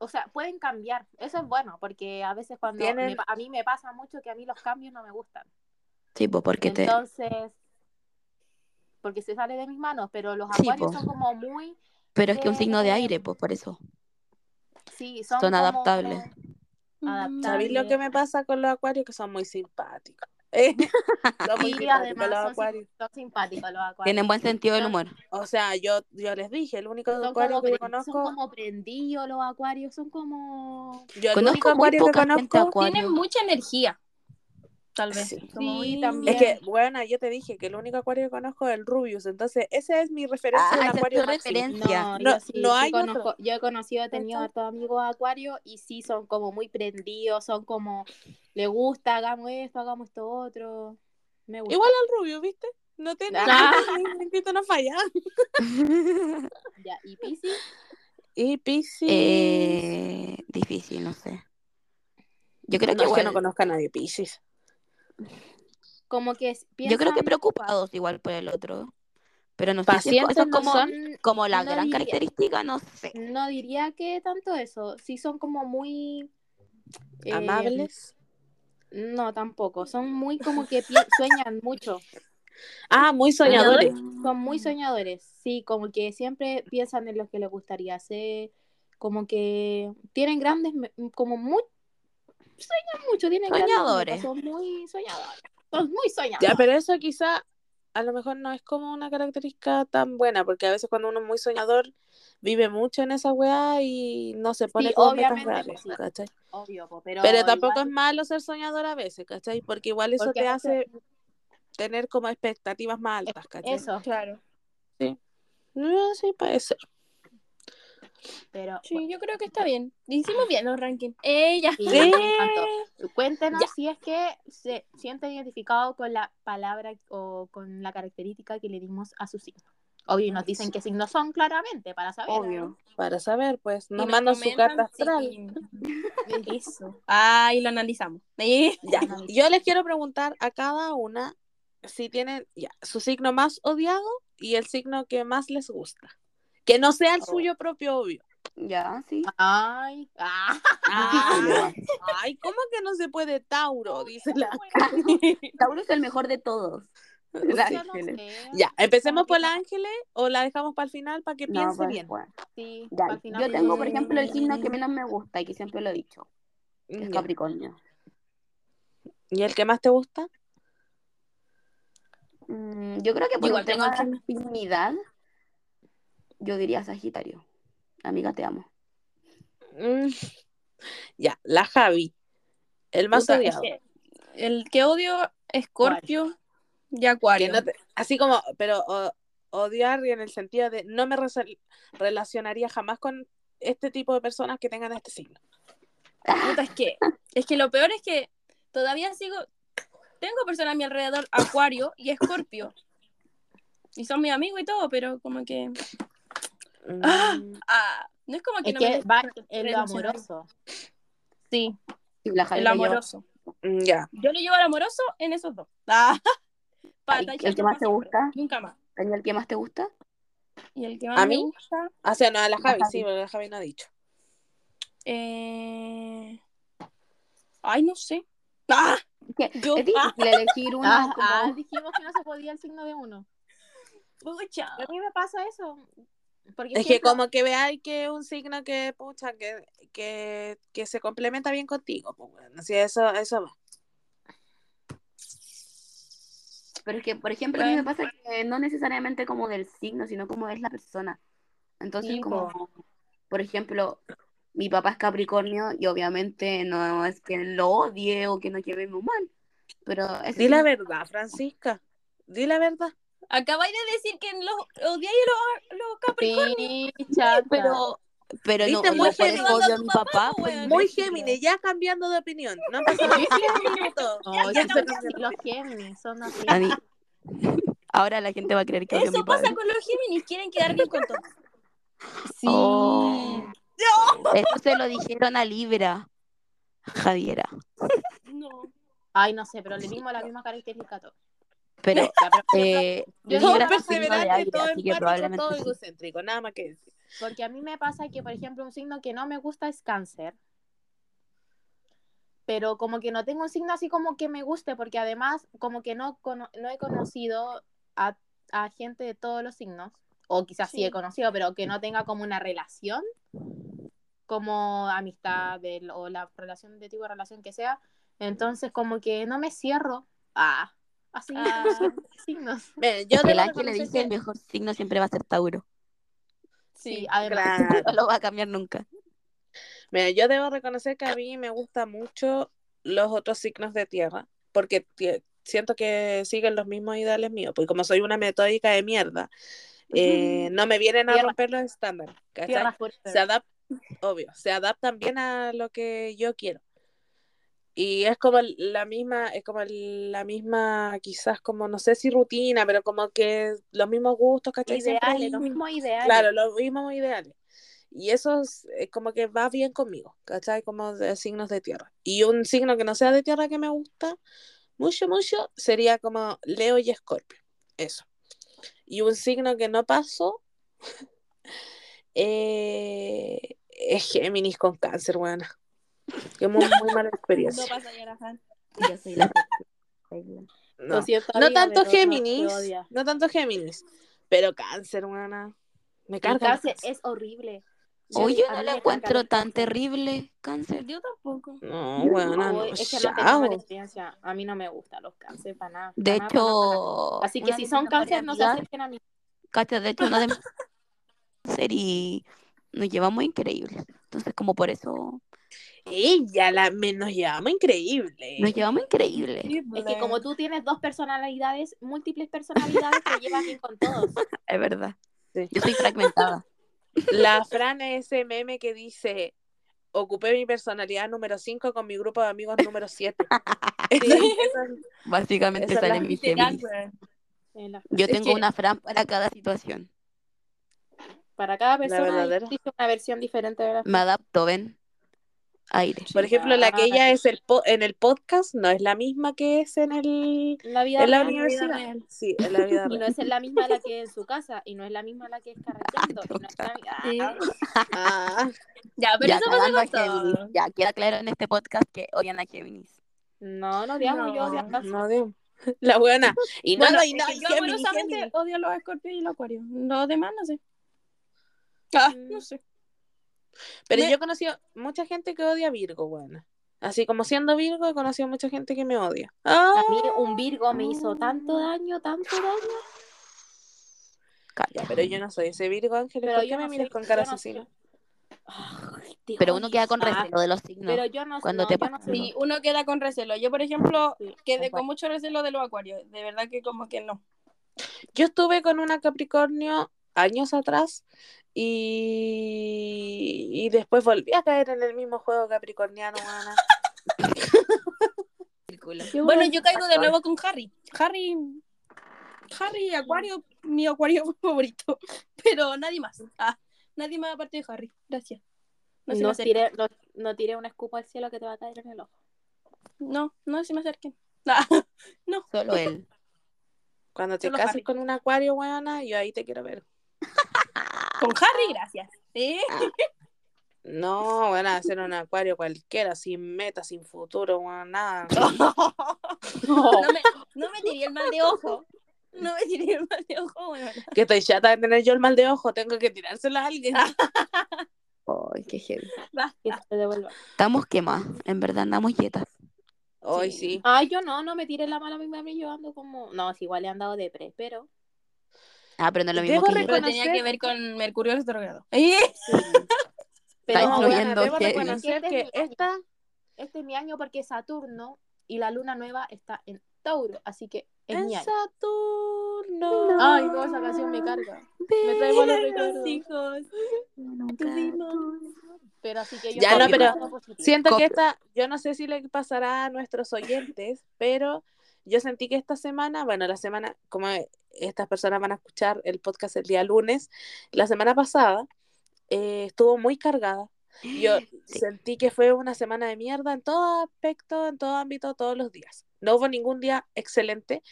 O sea, pueden cambiar. Eso es bueno, porque a veces cuando.
Tienen-
me pa- a mí me pasa mucho que a mí los cambios no me gustan.
Sí, pues porque te.
Entonces. Porque se sale de mis manos, pero los
Sí,
acuarios
po.
son como muy.
Pero es que un signo de
eh,
aire, pues por eso.
Sí, son,
Son
como-
adaptables.
Adaptable.
¿sabéis lo que me pasa con los acuarios? Que son muy simpáticos. Eh, son muy
Sí,
simpáticos
además
los
son,
acuarios.
sim- son simpáticos los acuarios.
Tienen buen sentido del humor.
O sea, yo, yo les dije, el único
Son
acuario
como,
que yo
pre- son
conozco,
como prendidos los acuarios, son como...
yo el único
Conozco muy
acuario que
poca gente
conozco
Tienen
acuario.
mucha energía. Tal vez.
Sí.
Como
Sí,
muy-
también.
es que, bueno, yo te dije que el único acuario que conozco es el Rubius, entonces esa es mi referencia
Ah,
del
esa es
acuario
tu
máximo.
referencia.
No, no hay otro.
conozco- yo he conocido, he tenido a todos amigos acuarios y sí, son como muy prendidos, son como, le gusta, hagamos esto, hagamos esto otro. Me gusta.
Igual al Rubius, ¿viste? No te
Ah.
mi instinto no falla.
Ya, y Pisces,
Y Pisces.
Eh, difícil, no sé. Yo creo
no
que
es que
igual.
no conozca a nadie Pisces.
como que s- piensan...
Yo creo que preocupados igual por el otro. Pero no sé si es, co-
Pacientes
eso es
no
como,
son.
como la
no
gran
diría.
característica, no sé.
No diría que tanto eso, sí son como muy... eh,
Amables.
No, tampoco. Son muy como que pi- sueñan mucho.
Ah, muy soñadores.
Son muy soñadores. Sí, como que siempre piensan en lo que les gustaría hacer. Como que tienen grandes, me- como muy... Sueñan mucho, tienen grandes
Soñadores.
metas, Son muy soñadores. Son muy soñadores.
Ah.
Ya, pero eso quizá a lo mejor no es como una característica tan buena, porque a veces cuando uno es muy soñador vive mucho en esa weá y no se pone
Sí,
como metas
obviamente,
reales,
pues sí.
¿cachai?
Obvio, po, pero...
Pero tampoco
igual-
es malo ser soñador a veces, ¿cachai? Porque igual eso
Porque
te
a
hace tener como expectativas más altas, ¿cachai?
Eso,
Claro.
No, sí, puede ser.
pero...
Sí, yo creo que está bien. Hicimos bien los rankings. Ella.
Sí,
Sí.
me encantó. Cuéntenos
Ya.
si es que se sienten identificados con la palabra o con la característica que le dimos a su signo. Obvio, y nos dicen qué signos son claramente para saber.
Obvio.
Para saber, pues,
Y
nos mandan su
comentan
carta astral.
si- Eso. Ah, y lo analizamos. Eh,
Ya, yo les quiero preguntar a cada una si tienen ya, su signo más odiado y el signo que más les gusta. Que no sea el suyo propio, obvio.
Ya, sí.
Ay. Ah.
Ah.
Ay, ¿cómo que no se puede Tauro? Dice la
Tauro es el mejor de todos.
Pucha,
Los
no
ángeles.
sé.
Ya, empecemos por la Ángeles o la dejamos para el final para que
No,
piense
pues,
bien.
bueno,
Sí,
ya.
al final
Yo
sí.
tengo, por ejemplo, el signo que menos me gusta y que siempre lo he dicho, que es
Ya.
Capricornio.
¿Y el que más te gusta?
Mm, yo creo que por
Igual
un
tengo
tema
que-
de afinidad, yo diría Sagitario. Amiga, te amo.
Mm. Ya, la Javi. El más
Puta,
odiado.
es que el que odio, Escorpio y
Que
Acuario.
no te- así como, pero o- odiar en el sentido de no me resol- relacionaría jamás con este tipo de personas que tengan este signo.
Puta, es que, es que lo peor es que todavía sigo. Tengo personas a mi alrededor, Acuario y Escorpio. Y son mis amigos y todo, pero como que. Ah,
Mm,
ah, no es como que
Es
no
que
me.
va en lo
relacionar.
amoroso.
Sí,
Sí, la Javi
el
lo lleva.
amoroso.
Mm, Ya.
Yo le llevo al amoroso en esos dos. Ah,
Ay,
Pata y
¿El que más
chato
te
pa'
gusta?
siempre. Nunca más.
¿Daniel, el que más te gusta?
Y el que más
¿A
me
mí?
gusta.
O sea, no, a la Javi,
Javi.
sí, pero la Javi no ha dicho.
eh, Ay, no sé. Ah,
¿Qué?
yo.
Es
Ah,
difícil elegir uno.
Ah,
como-
ah, dijimos que no se podía el signo de uno.
pucha.
A mí me pasa eso. Porque
Es que
siempre-
como que veáis que es un signo que, pucha, que, que, que se complementa bien contigo. Pues bueno, sí, eso, eso va.
Pero es que, por ejemplo, a mí me
Bueno.
pasa que no necesariamente como del signo, sino como es la persona. Entonces,
Sí,
como, por ejemplo, mi papá es Capricornio y obviamente no es que lo odie o que no llevemos mal. Pero ese
Di la
signo-
verdad, Francisca. Di la verdad.
Acabáis de decir que los odiáis a los, los Capricornio.
Sí, chata.
pero, pero no,
Viste,
no
muy
por eso
generosa
odio a
tu
mi
papá,
papá.
pues,
pues,
weón.
Muy
imbécil.
Géminis, ya cambiando de opinión. No han pasado ni 10 minutos.
No,
Ya
sí son
cambiando
así,
de
los
opinión.
Géminis son así.
A mí- Ahora la gente va a creer que odio a mi
Eso
padre.
pasa con los Géminis, quieren quedar bien con todos.
Sí.
Oh. Eso se lo dijeron a Libra, Javiera.
No.
Ay, no sé, pero le dimos la misma característica a todos.
Pero
Ya, pero, por ejemplo,
eh,
yo digo
Todo
Libra
la
es un signo de
perseverante,
aire,
todo
así que
empático,
probablemente
todo
sí.
egocéntrico. Nada más que decir.
Porque a mí me pasa que, por ejemplo, un signo que no me gusta es cáncer. Pero como que no tengo un signo así como que me guste, porque además como que no, cono- no he conocido a, a gente de todos los signos, o quizás sí.
Sí.
he conocido, pero que no tenga como una relación, como amistad del- o la relación de tipo de relación que sea. Entonces como que no me cierro a, a signos,
Ah.
signos.
Miren, yo
El
debo
ángel le
reconocer
dice el
que-
mejor signo siempre va a ser Tauro.
Sí,
Sí.
además.
Claro.
No lo va a cambiar nunca.
Mira, yo debo reconocer que a mí me gustan mucho los otros signos de tierra, porque tie- siento que siguen los mismos ideales míos, porque como soy una metódica de mierda, eh, no me vienen a
Tierra.
romper los estándares, ¿cachai?
Tierra fuerte.
Se adap- obvio, se adaptan bien a lo que yo quiero. Y es como el- la misma, es como el- la misma, quizás como, no sé si rutina, pero como que los mismos gustos, ¿cachai? Siempre
ideales,
hay-
los mismos ideales.
Claro, los mismos ideales. Y eso es eh, como que va bien conmigo, ¿cachai? Como de signos de tierra. Y un signo que no sea de tierra que me gusta mucho, mucho, sería como Leo y Escorpio. Eso. Y un signo que no paso eh, es Géminis con cáncer, buena. Que muy, muy mala
No
experiencia.
pasa ya la fan.
Yo soy la
No,
Lo siento,
No
amiga,
tanto
pero no,
Géminis,
te odia.
no tanto Géminis, pero cáncer, buena. Me
El
carga. el
cáncer
cáncer.
es horrible.
Hoy yo
A
no
mí
lo
me
encuentro
encanta
tan
el cáncer.
terrible, cáncer.
Yo tampoco.
No, buena,
Uy,
no.
es que no tengo mala
chao.
experiencia. A mí no me gustan los cánceres para nada. para
De
nada, para nada, para nada.
hecho,
Así que
una
si
vez
son
una de mis
cáncer, no se
amigas-
acerquen a mí.
Cacha, de hecho, una de mis cáncer y nos llevamos increíble. Entonces, como por eso,
Ella la menos llama increíble.
nos llevamos increíble.
pues,
Es
eh,
que como tú tienes dos personalidades, múltiples personalidades, te llevas bien con todos.
Es verdad.
Sí.
Yo soy fragmentada.
La Fran es ese meme que dice, ocupé mi personalidad número 5 con mi grupo de amigos número 7.
Básicamente
Esa es la
sale mi
Literal,
Géminis.
weón.
En la-
Yo
Es
tengo
que-
una fran para cada situación.
Para cada persona
verdadera.
existe una versión diferente de la
Me adapto, ven.
aire.
Por ejemplo, la
Ah,
que ella es el po- en el podcast no es la misma que es en el
La vida
en la
real,
universidad.
vida real.
Sí, en la vida
Y no
real.
es la misma la que es en su casa, y no es la misma la que es carreteando. y no es la-
Sí.
Ah,
Ah,
Ya, pero
ya,
eso pasa
cagando a
con
Géminis.
todo.
Ya, quiero aclarar en este podcast que odian a Géminis.
No, no digamos yo,
No.
digamos.
no, Dios. La buena. Y no,
Bueno,
no, y no,
es que
y
yo
Géminis,
amorosamente
Géminis.
odio a los escorpios y los acuarios. Los demás no sé. Ah, no sé.
Pero
Me-
yo he conocido mucha gente que odia a Virgo, bueno. Así como siendo Virgo, he conocido mucha gente que me odia.
A
Ah,
mí un Virgo me hizo tanto daño, tanto daño.
Calla.
ya, pero yo no soy ese Virgo, Ángel.
Pero
¿Por qué
yo
me
no
miras
soy-
con cara
yo no
asesina?
Ay, te
Pero
odio.
uno queda con
Ah,
recelo de los signos.
Pero yo no
cuando
no,
te
yo no
pasa.
soy-
Sí, uno queda con recelo. Yo, por ejemplo,
Sí,
quedé
tal cual.
con mucho recelo de los acuarios. De verdad que como que no.
Yo estuve con una Capricornio años atrás y, y después volví a caer en el mismo juego capricorniano, weona.
Bueno, yo caigo de nuevo con Harry. Harry, Harry, acuario, mi acuario favorito. Pero nadie más. Ah, nadie más aparte de Harry. Gracias. No se me
No
acerquen.
tiré, no, no tiré un escupo al cielo que te va a caer en el ojo.
No, no se me acerquen. Ah, no.
Solo él.
Cuando te
Solo
cases
Harry.
con un acuario, weona, yo ahí te quiero ver.
Con Harry, gracias. ¿Eh?
No, van a ser un acuario cualquiera, sin meta, sin futuro, weón, nada.
No me, no me tiré el mal de ojo. No me tiré el mal de ojo, bueno.
Que estoy chata de tener yo el mal de ojo, tengo que tirárselo a alguien.
Ah,
Ay, qué heavy.
Que se te devuelva.
Estamos quemadas. En verdad andamos yetas.
Hoy
Sí.
sí.
Ay, yo no, no me tiré la mano a mi mami, yo ando como... No, si igual le han dado depre, pero...
Ah, pero no es lo mismo
Debo
que yo.
Pero
reconocer-
tenía que ver con Mercurio retrogrado. ¿Eh?
pero
Está
No,
bueno,
incluyendo
debo
que-
reconocer
Este
que
es mi año.
esta,
este es mi año porque Saturno y la luna nueva está en Tauro, así que es
en
mi año.
Saturno.
Ay, no, esa canción me carga. Me trae malos recuerdos.
Los hijos.
Pero así que yo...
Ya,
no,
estoy
pero-
pensando positivo.
Siento que
Copio.
esta, yo no sé si le pasará a nuestros oyentes, pero yo sentí que esta semana, bueno, la semana, como estas personas van a escuchar el podcast el día lunes, la semana pasada eh, estuvo muy cargada. Yo sentí que fue una semana de mierda en todo aspecto, en todo ámbito, todos los días. No hubo ningún día excelente.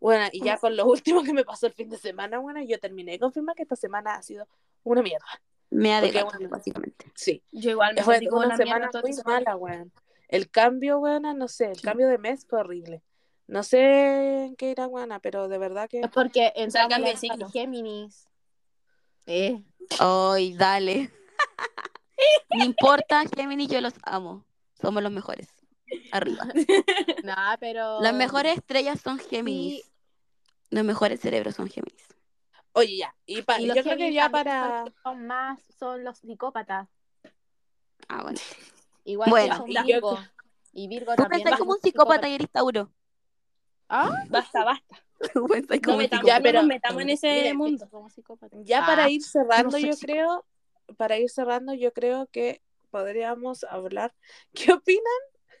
Bueno, y ya con lo último que me pasó el fin de semana, bueno, yo terminé de confirmar que esta semana ha sido una mierda.
Me ha de
Porque,
gato,
bueno,
básicamente.
Sí.
Yo igual me
Fue
sentí como
una,
una
semana
mierda toda
muy
esta semana.
mala, weón. El cambio, weón, no sé, el cambio de mes fue horrible. No sé en qué irá, weón, pero de verdad que...
Es porque entramos
Salgan de
ya en
signo.
Géminis.
Ay, dale. no importa, Géminis, yo los amo. Somos los mejores. Arriba.
Nada, pero...
Las mejores estrellas son Géminis.
Sí.
Los mejores cerebros son Géminis.
Oye, ya. Y, pa-
Y
yo
los
creo que
Géminis
ya
también
para...
porque Son más, son los psicópatas.
Ah, bueno.
Igual
Bueno,
que
ya.
son Virgo. Y Virgo
Tú
también.
pensás
son
como un
psicópatas.
psicópata y eres Tauro.
Ah,
Basta, basta.
Tú
Pues,
pensás
No,
como un
metamos-
psicópata.
Ya,
no
pero-
nos metamos en ese
Mira,
mundo.
Como psicópata.
Ya
Ah,
para ir cerrando,
soy
yo
psicópata.
creo, para ir cerrando, yo creo que podríamos hablar. ¿Qué opinan?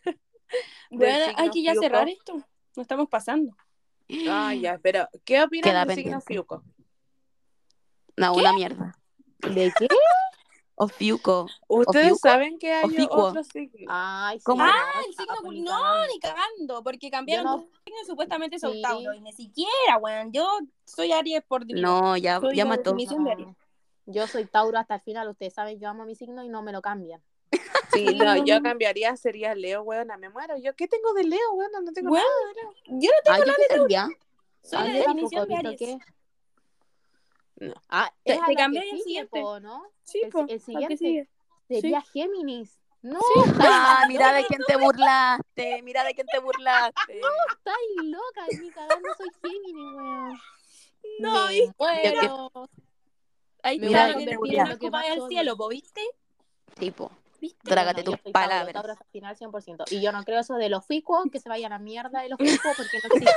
Del
Bueno, hay
signo
que ya
Fiuco.
cerrar esto. No estamos pasando.
Ah, ya, pero ¿qué opinan
Queda
del signo
pendiente.
Fiuco?
No, una mierda.
¿De qué?
O Fiuco.
Ustedes
Fiuco?
saben que hay
Ficuo?
otro signo.
Ay, sí.
¿Cómo?
Ah,
el signo Cul- No, ni cagando, porque cambiaron
Yo no-
tus signos y supuestamente son
Sí.
Tauro. Y ni siquiera, weón. Yo soy Aries por divino.
No, ya,
Soy
ya
la
mató.
definición de Aries.
Yo soy Tauro hasta el final. Ustedes saben, yo amo mi signo y no me lo cambian.
Ah, Sí, no, yo cambiaría, sería Leo, weón, me muero. Yo, ¿qué tengo de Leo, weón? No tengo
Weón,
nada.
Yo no
Ah, yo qué sería.
soy la
Ay, yo
definición de
Ah, tampoco,
Aries.
¿visto qué?
No.
Ah,
Te-
es a
te
lo que
cambié el
sigue,
siguiente.
po, ¿no?
Sí,
El-
po,
el
¿a qué
siguiente?
sigue?
Sería Géminis. No,
Ah, mira de quién te burlaste. Mira de quién te burlaste.
estás loca. Ni cagando soy Géminis, weón.
No,
Me
y-
muero.
Ahí
Me
voy
está
a
lo que
convertir
decía,
en
no
lo que
ocupas
más
el
soy.
cielo, ¿po? ¿viste?
Tipo,
¿Viste?
trágate
No, yo
tus
soy Tauro,
palabras.
Tauro hasta el final 100%. Y yo no creo eso de los ficuos, que se vayan a la mierda de los ficuos porque no existen.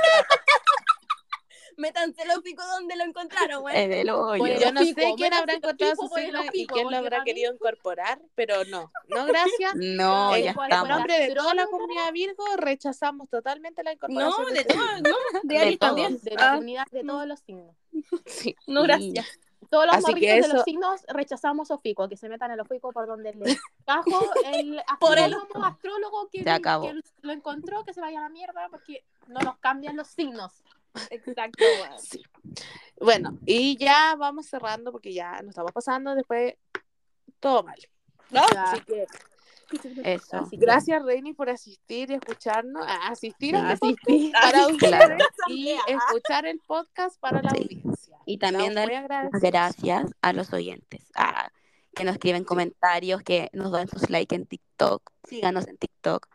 Métanse los picos donde lo encontraron,
Pues, Eh,
weón.
En el hoyo.
Bueno,
Pues Yo no
Ficuo,
sé quién
bueno,
habrá
sí,
encontrado
fijo,
su
bueno,
signo y
fijo,
quién lo
porque
habrá
para mí-
querido incorporar, pero no. No, gracias.
No,
Eh,
ya
¿cuál-
En
Vamos.
estamos.
nombre de toda la comunidad Virgo, rechazamos totalmente la
No,
incorporación.
de
este
todo, no, de
De
Aries
todo.
también.
de
Ah,
la comunidad de todos los signos.
signo. Sí.
no, gracias.
Todos los
Así que
morritos de
eso-
los signos rechazamos Ofico, que se metan en el Ofico por donde le cajo el
Por el
astrónomo, astrólogo que,
Se acabó.
que lo encontró, que se vaya a la mierda porque no nos cambian los signos.
Exacto, weón.
Bueno, y ya vamos cerrando porque ya nos estamos pasando. Después, todo mal.
¿No?
Así que,
Eso.
así que gracias, Reini, por asistir y escucharnos. a Asistir
Ah,
a este
Asistir.
podcast para ustedes
Claro.
y escuchar el podcast para la
Sí.
audiencia.
Y también
Estamos
dar
muy agradecidos.
gracias a los oyentes, a- que nos escriben comentarios, que nos dan sus likes en TikTok, síganos en TikTok.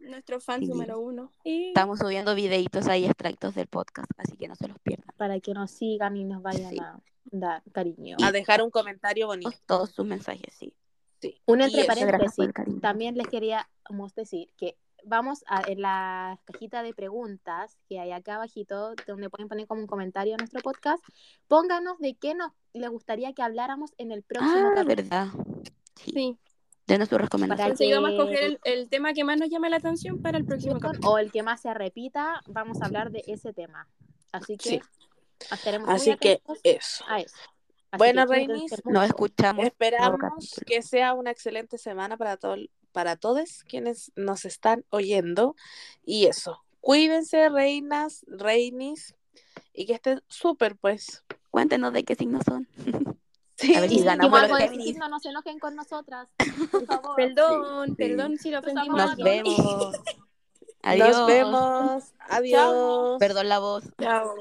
Nuestro fan
Sí.
número uno. Y
Estamos subiendo videitos ahí, extractos del podcast, así que no se los pierdan.
Para que nos sigan y nos vayan
Sí.
a dar cariño.
A dejar un comentario bonito.
Todos sus mensajes, sí.
Sí.
Una
Y
entre
eso,
Muchas gracias por
paréntesis.
el cariño.
También les queríamos decir que vamos a en la cajita de preguntas que hay acá abajito, donde pueden poner como un comentario a nuestro podcast, pónganos de qué nos les gustaría que habláramos en el próximo
Ah,
capítulo.
verdad. Sí.
sí,
Denos sus recomendaciones.
conseguimos
que-
coger el, el tema que más nos llama la atención para el próximo capítulo.
O el que más se repita, vamos a hablar de ese tema. Así que
Sí.
estaremos muy
Así que
atentos
eso.
a eso. Así
Bueno,
que cuídense
Reinis,
mucho.
Nos escuchamos.
Esperamos
capítulo.
que sea una excelente semana para, tol- para todos quienes nos están oyendo. Y eso. Cuídense, reinas, reinis, y que estén súper, pues.
Cuéntenos de qué signos son.
Sí.
A ver
Y
si
si dijimos
ganamos los
algo de
Géminis.
signo, no se enojen con nosotras. Por favor.
Perdón,
Sí.
perdón si lo
Nos
ofendimos. a
Nos
amamos.
todos.
vemos. Adiós.
Nos vemos. Adiós.
Perdón la voz.
Chao.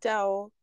Chao.